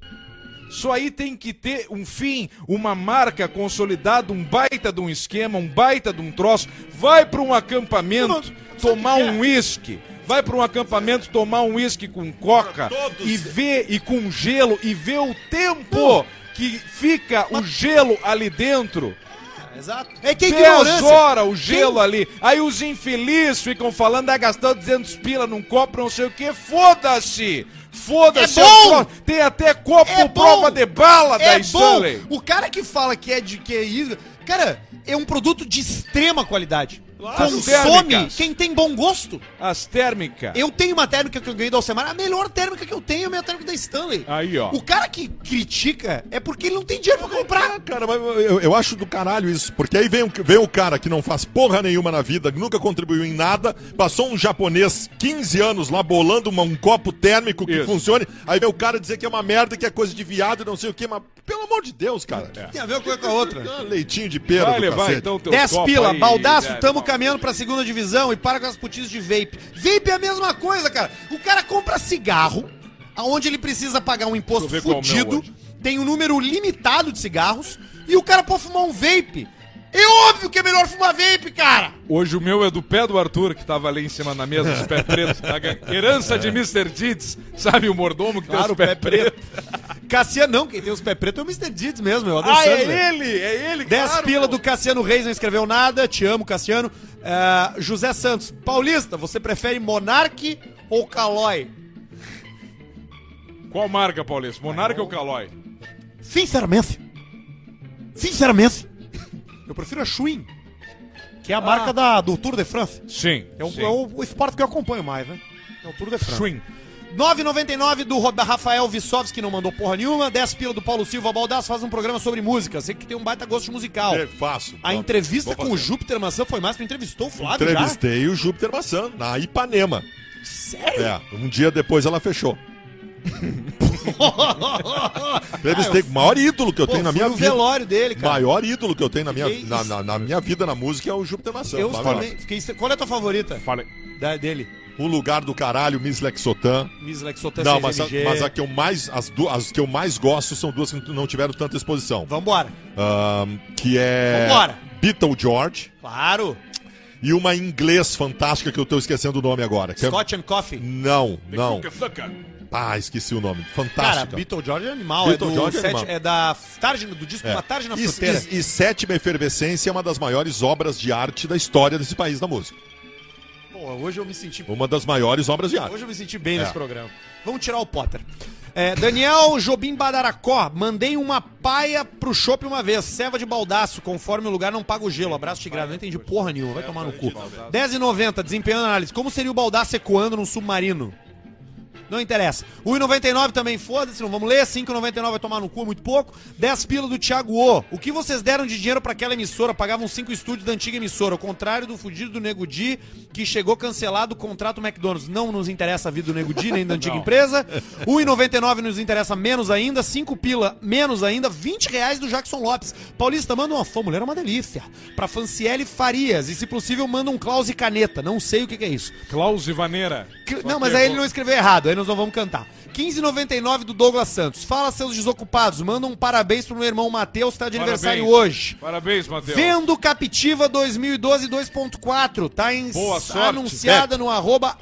B: Isso aí tem que ter um fim, uma marca consolidada, um baita de um esquema, um baita de um troço. Vai para um acampamento tomar um uísque. Vai para um acampamento tomar um uísque com coca e ver e com gelo e ver o tempo que fica o gelo ali dentro.
A: Exato. É que
B: Dez
A: ignorância.
B: horas o gelo ali. Aí os infelizes ficam falando, ah, gastou 200 pila num copo, não sei o que. Foda-se! Foda-se!
A: É bom!
B: Eu pro- Tem até copo
A: É bom!
B: prova de bala da
A: É bom.
B: Stanley.
A: O cara que fala que é de que é isso, cara, é um produto de extrema qualidade. Consome
B: Térmicas.
A: quem tem bom gosto.
B: As térmicas.
A: Eu tenho uma térmica que eu ganhei do Alcemar, a melhor térmica que eu tenho é a minha térmica da Stanley.
B: Aí, ó.
A: O cara que critica é porque ele não tem dinheiro pra comprar.
D: Cara, mas eu, eu acho do caralho isso, porque aí vem, o- vem o cara que não faz porra nenhuma na vida, nunca contribuiu em nada, passou um japonês 15 anos lá bolando uma- um copo térmico que
B: Isso.
D: funcione, aí vem o cara dizer que é uma merda, que é coisa de viado e não sei o que, mas pelo amor de Deus, cara.
A: Tem a ver uma coisa com a É. outra.
D: Ah, Leitinho de pera
B: Vai
D: do
B: levar
D: cacete.
B: então teu
A: 10
B: copo
A: pila,
B: aí, né?
A: baldaço,
B: Zé.
A: tamo caminhando pra segunda divisão e para com as putinhas de vape. Vape é a mesma coisa, cara. O cara compra cigarro, aonde ele precisa pagar um imposto
B: Deixa eu ver qual é o
A: fudido,
B: meu hoje.
A: tem um número limitado de cigarros, e o cara pode fumar um vape. É óbvio que é melhor fumar vape, cara!
B: Hoje o meu é do pé do Arthur, que tava ali em cima na mesa, os pés pretos. da gan- Herança de Mr. Deeds, sabe? O mordomo que tem os pés pretos.
A: Cassiano, não, quem tem os pés pretos é o Mr. Deeds mesmo, eu adoro
B: Ah, é
A: Sandler.
B: ele! É ele,
A: 10
B: claro,
A: pila
B: pô.
A: do Cassiano Reis, não escreveu nada. Te amo, Cassiano. Ah, José Santos, Paulista, você prefere Monarque ou Calói?
B: Qual marca, Paulista? Monarca ou Calói?
N: Sinceramente. Sinceramente.
A: Eu prefiro a Schwinn.
N: Que é a
D: Ah.
N: marca da, do Tour de France.
B: Sim.
A: um,
N: É, o,
B: sim.
N: é o- o esporte que eu acompanho mais, né? É o Tour de France.
B: Schwinn.
A: 9,99 do Rob- Rafael Vissovski, que não mandou porra nenhuma. 10 pila do Paulo Silva Baldasso faz um programa sobre música. Sei que tem um baita gosto musical.
D: É, faço.
A: A
D: Vamos.
A: entrevista
D: Vou
A: com o Júpiter Maçã foi massa. Tu entrevistou o Flávio já?
D: Entrevistei o Júpiter Maçã na Ipanema. Sério? É, um dia depois ela fechou. Entrevistei com o maior ídolo que eu
A: Pô, um
D: tenho na
A: fui
D: minha
A: no
D: vida.
A: velório dele, cara.
D: maior ídolo que eu tenho na minha,
A: Fiquei-
D: na, na- na minha vida na música é o Júpiter Maçã.
A: Eu
D: Flávio
A: também fiquei... Qual é a tua favorita?
B: Falei.
A: Da, dele.
D: Matos. O lugar do caralho, Miss Lexotan.
A: Miss Lexotan
D: Não, mas, a,
A: CGMG.
D: mas a que eu mais, as, du- as que eu mais gosto são duas que não tiveram tanta exposição.
A: Vambora.
D: Ahn, que é
A: Vambora.
D: Beatle George
A: Claro.
D: e uma em inglês fantástica que eu tô esquecendo o nome agora. que é-
A: Scott and Coffee.
D: Não, não. Ah, esqueci o nome.
A: Cara,
D: Fantástica.
A: Beatle George é animal.
D: Beatle
A: é, do
D: George é
A: sete-
D: animal.
A: é da tarde, do disco
D: É.
A: Uma Tarde na
D: E-
A: Fruteira.
D: e, e Sétima Efervescência é uma das maiores obras de arte da história desse país da música.
A: Pô, hoje eu me senti
D: Uma das maiores obras de arte.
A: Hoje eu me senti bem
D: é.
A: nesse programa. Vamos tirar o Potter. É, Daniel Jobim Badaracó, mandei uma paia pro chopp uma vez, ceva de baldaço, conforme o lugar não paga o gelo. Abraço tigrado, não entendi porra nenhuma,
D: É,
A: vai tomar no cu. 10,90, desempenhando análise. Como seria o baldaço ecoando num submarino? Não interessa. 1,99 também, foda-se, não vamos ler. 5,99 vai tomar no cu, muito pouco. 10 pila do Thiago O. O que vocês deram de dinheiro pra aquela emissora? Pagavam 5 estúdios da antiga emissora. Ao contrário do fudido do Nego Di, que chegou cancelado o contrato McDonald's. Não nos interessa a vida do Nego Di, nem da antiga empresa. 1,99 nos interessa menos ainda. 5 pila menos ainda. 20 reais do Jackson Lopes. Paulista, manda uma fã, mulher é uma delícia. Pra Franciele Farias. E se possível, manda um Klaus e caneta. Não sei o que que é isso.
B: Klaus e Vaneira.
A: Que-
B: Só
A: Não, mas
B: que
A: aí
B: eu-
A: ele não escreveu errado, aí nós não vamos cantar. 15,99 do Douglas Santos. Fala, seus desocupados. Manda um parabéns pro meu irmão Matheus, tá de
B: Parabéns.
A: aniversário hoje.
B: Parabéns, Matheus.
A: Vendo Captiva 2012 2.4. Tá em-
B: Boa sorte.
A: anunciada no arroba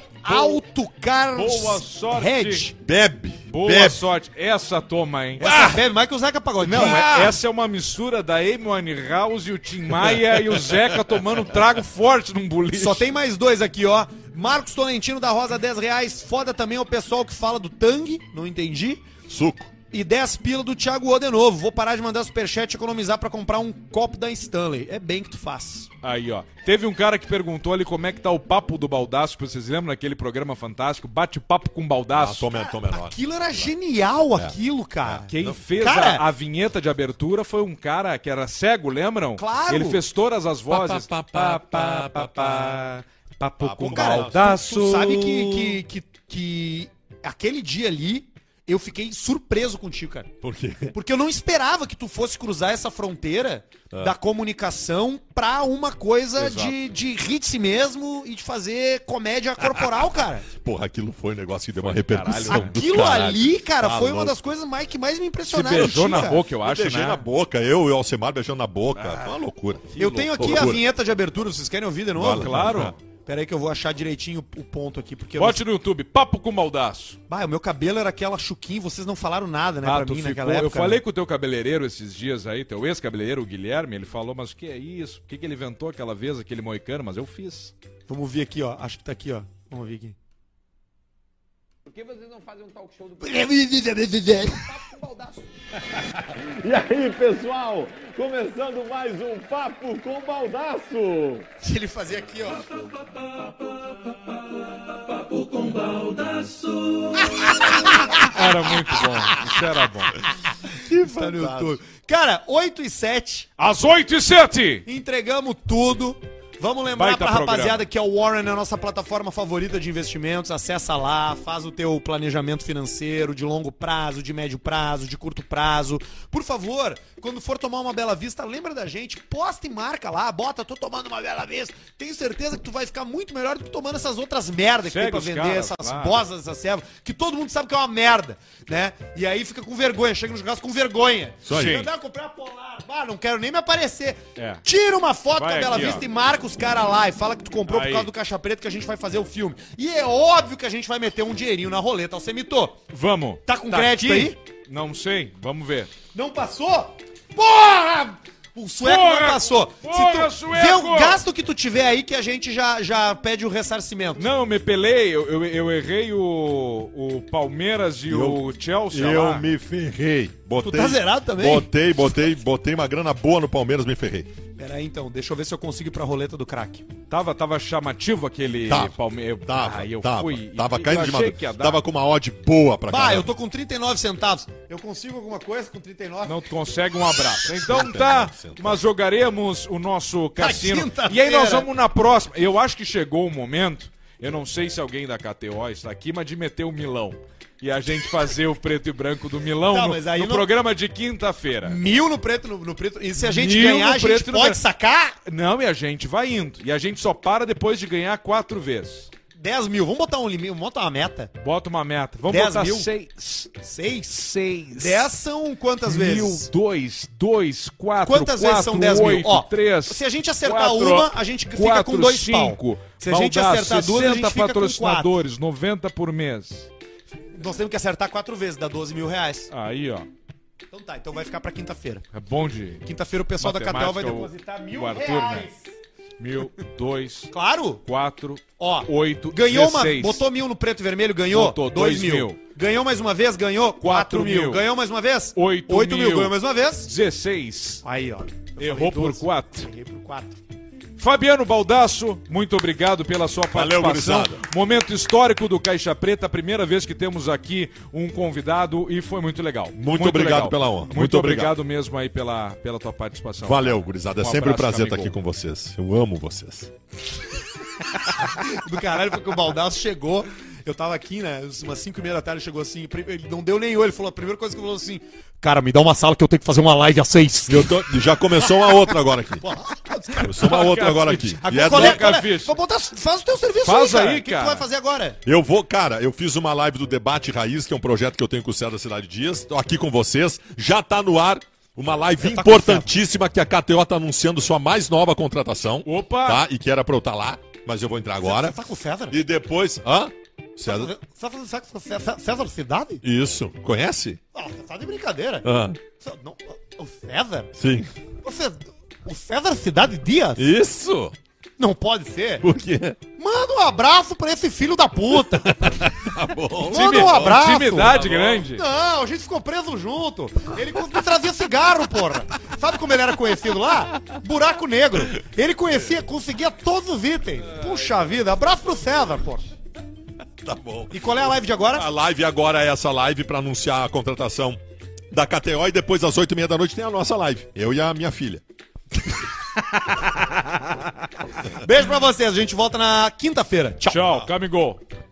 A: AutoCars
B: Boa sorte.
A: Red.
D: Bebe.
B: Boa
D: bebe.
B: sorte. Essa toma, hein?
A: Essa bebe mais que o Zeca Pagodinho.
B: Ah! Não, é- essa é uma mistura da Amy House e o Tim Maia e o Zeca tomando um trago forte num boliche.
A: Só tem mais dois aqui, ó. Marcos Tolentino da Rosa, 10 reais. Foda também é o pessoal que fala do Tang, não entendi.
D: Suco.
A: E 10 pila do Thiago O de novo. Vou parar de mandar superchat e economizar pra comprar um copo da Stanley. É bem que tu faz.
B: Aí, ó. Teve um cara que perguntou ali como é que tá o papo do Baldaço. Vocês lembram daquele programa fantástico? Bate-papo com
D: Ah,
B: Baldaço.
D: toma, toma é nóis.
A: Aquilo era genial, aquilo, cara.
B: Quem fez
A: Cara-
B: a, a vinheta de abertura foi um cara que era cego, lembram?
A: Claro.
B: Ele fez todas as vozes.
O: Pá, pá, pá, pá, pá.
B: Papo com
A: Cara, tu-
B: baldaço.
A: Tu sabe que, que, que, que aquele dia ali eu fiquei surpreso contigo, cara.
D: Por quê?
A: Porque eu não esperava que tu fosse cruzar essa fronteira
B: É.
A: da comunicação pra uma coisa de, de rir de si mesmo e de fazer comédia corporal, cara.
D: Porra, aquilo foi um negócio que deu uma repercussão. do
A: Aquilo
D: caralho.
A: ali, cara,
D: Tá
A: foi uma
D: louco.
A: das coisas mais, que mais me
B: Se
A: impressionaram.
B: beijou
A: em ti,
B: na
A: cara.
B: boca, eu acho,
D: Beijei
B: né? Ah,
D: na boca, eu e o Alcemar beijando na boca. Foi uma loucura.
A: Eu tenho aqui a
D: loucura.
A: vinheta de abertura, vocês querem ouvir de novo?
D: Bora,
B: Claro.
A: Peraí que eu vou achar direitinho o ponto aqui, porque... eu não
B: Bote no YouTube, papo com baldaço.
A: Bah, o meu cabelo era aquela chuquinha, vocês não falaram nada, né,
B: Ah,
A: pra
B: tu
A: mim
B: ficou-
A: naquela época. né?
B: Eu falei com o teu cabeleireiro esses dias aí, teu ex-cabeleireiro, o Guilherme, ele falou, mas o que é isso? Por que, que ele inventou aquela vez aquele moicano? Mas eu fiz.
A: né? Vamos ver aqui, ó. Acho que tá aqui, ó. Vamos ver aqui. Por que vocês não fazem um talk show do...
P: E aí, pessoal? Começando mais um Papo com Baldaço!
A: Ele fazia aqui, ó.
B: Tá Era muito bom, isso era bom.
A: Tá no YouTube. Cara, 8 e 7,
B: Às 8 e 7!
A: entregamos tudo. Vamos lembrar
B: Baita
A: pra
B: programa.
A: rapaziada que a Warren é a nossa plataforma favorita de investimentos. Acessa lá, faz o teu planejamento financeiro de longo prazo, de médio prazo, de curto prazo. Por favor, quando for tomar uma Bela Vista, lembra da gente, posta e marca lá, bota, tô tomando uma Bela Vista. Tenho certeza que tu vai ficar muito melhor do que tomando essas outras merdas que
B: Segue
A: tem pra
B: os
A: vender,
B: caras,
A: essas
B: claro.
A: bosas, essas servas, que todo mundo sabe que é uma merda, né? E aí fica com vergonha, chega no churrasco com vergonha.
B: Isso aí.
A: Chega, "Ah, comprei a Polar, ah, não quero nem me aparecer.
B: É.
A: Tira uma foto
B: Vai
A: da Bela
B: aqui,
A: Vista
B: ó.
A: e marca os caras lá e fala que tu comprou
B: Aí.
A: por causa do Caixa Preta que a gente vai fazer o filme. E é óbvio que a gente vai meter um dinheirinho na roleta. Você mitou.
B: Vamos.
A: Tá com crédito
B: aqui?
A: aí?
B: Não sei, vamos ver.
A: Não passou? Porra! O sueco
B: Porra!
A: não passou.
B: Porra,
A: Se tu
B: sueco!
A: Vê o gasto que tu tiver aí que a gente já, já pede o ressarcimento.
B: Não, eu me pelei, eu, eu, eu errei o, o Palmeiras e o Chelsea
D: Eu
B: lá.
D: me ferrei. Botei,
A: Tu tá zerado também?
D: Botei, botei, botei uma grana boa no Palmeiras, me ferrei.
A: Pera aí então, deixa eu ver se eu consigo ir pra roleta do craque.
B: Tava, tava chamativo aquele
D: Tava,
B: Palmeiras.
D: Tava,
B: Ah, eu
D: tava,
B: fui.
D: tava
B: eu
D: caindo de
B: achei que ia
D: madrugada.
B: dar.
D: Tava com uma odd boa pra
A: Bah,
D: caralho.
A: eu tô com 39 centavos. Eu consigo alguma coisa com 39?
B: Não consegue um abraço. Então tá, mas jogaremos o nosso cassino.
A: Tá quinta-feira.
B: E aí nós vamos na próxima. Eu acho que chegou o momento, eu não sei se alguém da KTO está aqui, mas de meter o Milão. E a gente fazer o preto e branco do Milão
A: Tá,
B: no,
A: mas aí
B: no
A: não-
B: programa de quinta-feira.
A: Mil no preto, no, no preto. E se a gente
B: Mil
A: ganhar,
B: no
A: a gente
B: preto e
A: pode
B: no branco.
A: sacar
B: Não, e a gente vai indo. E a gente só para depois de ganhar quatro vezes.
A: 10 mil. Vamos botar um limite, vamos botar uma meta.
B: Bota uma meta. Vamos
A: Dez
B: botar
A: mil?
B: seis.
A: 6?
B: Seis.
A: 10 são quantas
B: mil,
A: vezes?
B: dois, dois, quatro,
A: Quantas vezes são
B: quatro,
A: 10 mil?
B: oito,
A: Ó,
B: três,
A: se a gente acertar
B: quatro,
A: uma, a gente fica
B: quatro,
A: com dois pau.
B: cinco.
A: Se a gente
B: Baldassi,
A: acertar duas, a gente
B: 60
A: fica com
B: patrocinadores, 90 por mês.
A: Nós temos que acertar quatro vezes, dá 12 mil reais.
B: Aí, ó.
A: Então tá, então vai ficar pra quinta-feira.
B: É bom de
A: Quinta-feira o né? pessoal da KTO vai
B: Matemática, o-
A: depositar mil
B: o Arthur,
A: reais.
B: mil, dois,
A: Claro!
B: quatro,
A: Ó,
B: oito,
A: ganhou uma.
B: dezesseis.
A: Botou mil no preto e vermelho, ganhou?
B: Botou
A: dois
B: dois
A: mil.
B: mil.
A: Ganhou mais uma vez, ganhou? quatro mil.
B: mil.
A: Ganhou mais uma vez?
B: Oito
A: Oito mil.
B: mil.
A: Ganhou mais uma vez?
B: 16.
A: Aí, ó.
B: Errou por quatro.
A: Errei por quatro.
B: Fabiano Baldasso, muito obrigado pela sua
D: Valeu,
B: participação.
D: gurizada.
B: Momento histórico do Caixa Preta, primeira vez que temos aqui um convidado e foi muito legal. Muito,
D: obrigado pela honra.
B: Muito,
D: Muito
B: obrigado.
D: obrigado.
B: mesmo aí pela, pela tua participação.
D: Valeu, gurizada. É
B: Um
D: sempre um
B: abraço,
D: prazer estar
B: amigo.
D: aqui com vocês. Eu amo vocês.
A: do caralho foi que o Baldasso chegou. Eu tava aqui, né? Umas 5 e meia da tarde, ele chegou assim. pri- Ele não deu nem olho. Ele falou, a primeira coisa que ele falou assim: Cara, me dá uma sala que eu tenho que fazer uma live às 6.
D: Eu tô- Já começou uma outra agora aqui. Começou uma outra agora aqui. E é
A: Qual é,
D: do...
A: qual é?
B: é, Ficha.
A: Ô, Baldasso, faz o teu serviço
B: Faz aí,
A: O que, que tu
B: cara.
A: vai fazer agora?
D: Eu vou, cara, eu fiz uma live do Debate Raiz, que é um projeto que eu tenho com o Céu da Cidade Dias. Tô aqui com vocês. Já tá no ar. Uma live
A: tá
D: importantíssima que a KTO tá anunciando sua mais nova contratação.
B: Opa!
D: Tá? E que era pra eu estar lá, mas eu vou entrar agora.
A: Você tá com o César?
D: E depois. Hã? César?
A: Você tá fazendo sexo com o César, César Cidade?
D: Isso. Conhece?
A: Ah, você tá de brincadeira.
D: Ah,
A: Cê- não- o César?
D: sim.
A: Você, o César Cidade Dias?
D: Isso!
A: Não pode ser.
D: Por quê?
Q: Tá
A: Manda um abraço pra esse filho da puta.
D: bom.
A: Manda um abraço.
D: tá
B: Intimidade grande.
A: Não, a gente ficou preso junto. Ele conseguiu trazia cigarro, porra. Sabe como ele era conhecido lá? Buraco Negro. Ele conhecia, conseguia todos os itens. Puxa vida, abraço pro César, porra.
D: Tá bom.
A: E qual é a live de agora?
D: A live agora é essa live pra anunciar a contratação da KTO e depois às oito e meia da noite tem a nossa live. Eu e a minha filha.
Q: Beijo pra vocês, a gente volta na quinta-feira. Tchau.
D: Tá.
B: Tchau, Camigol.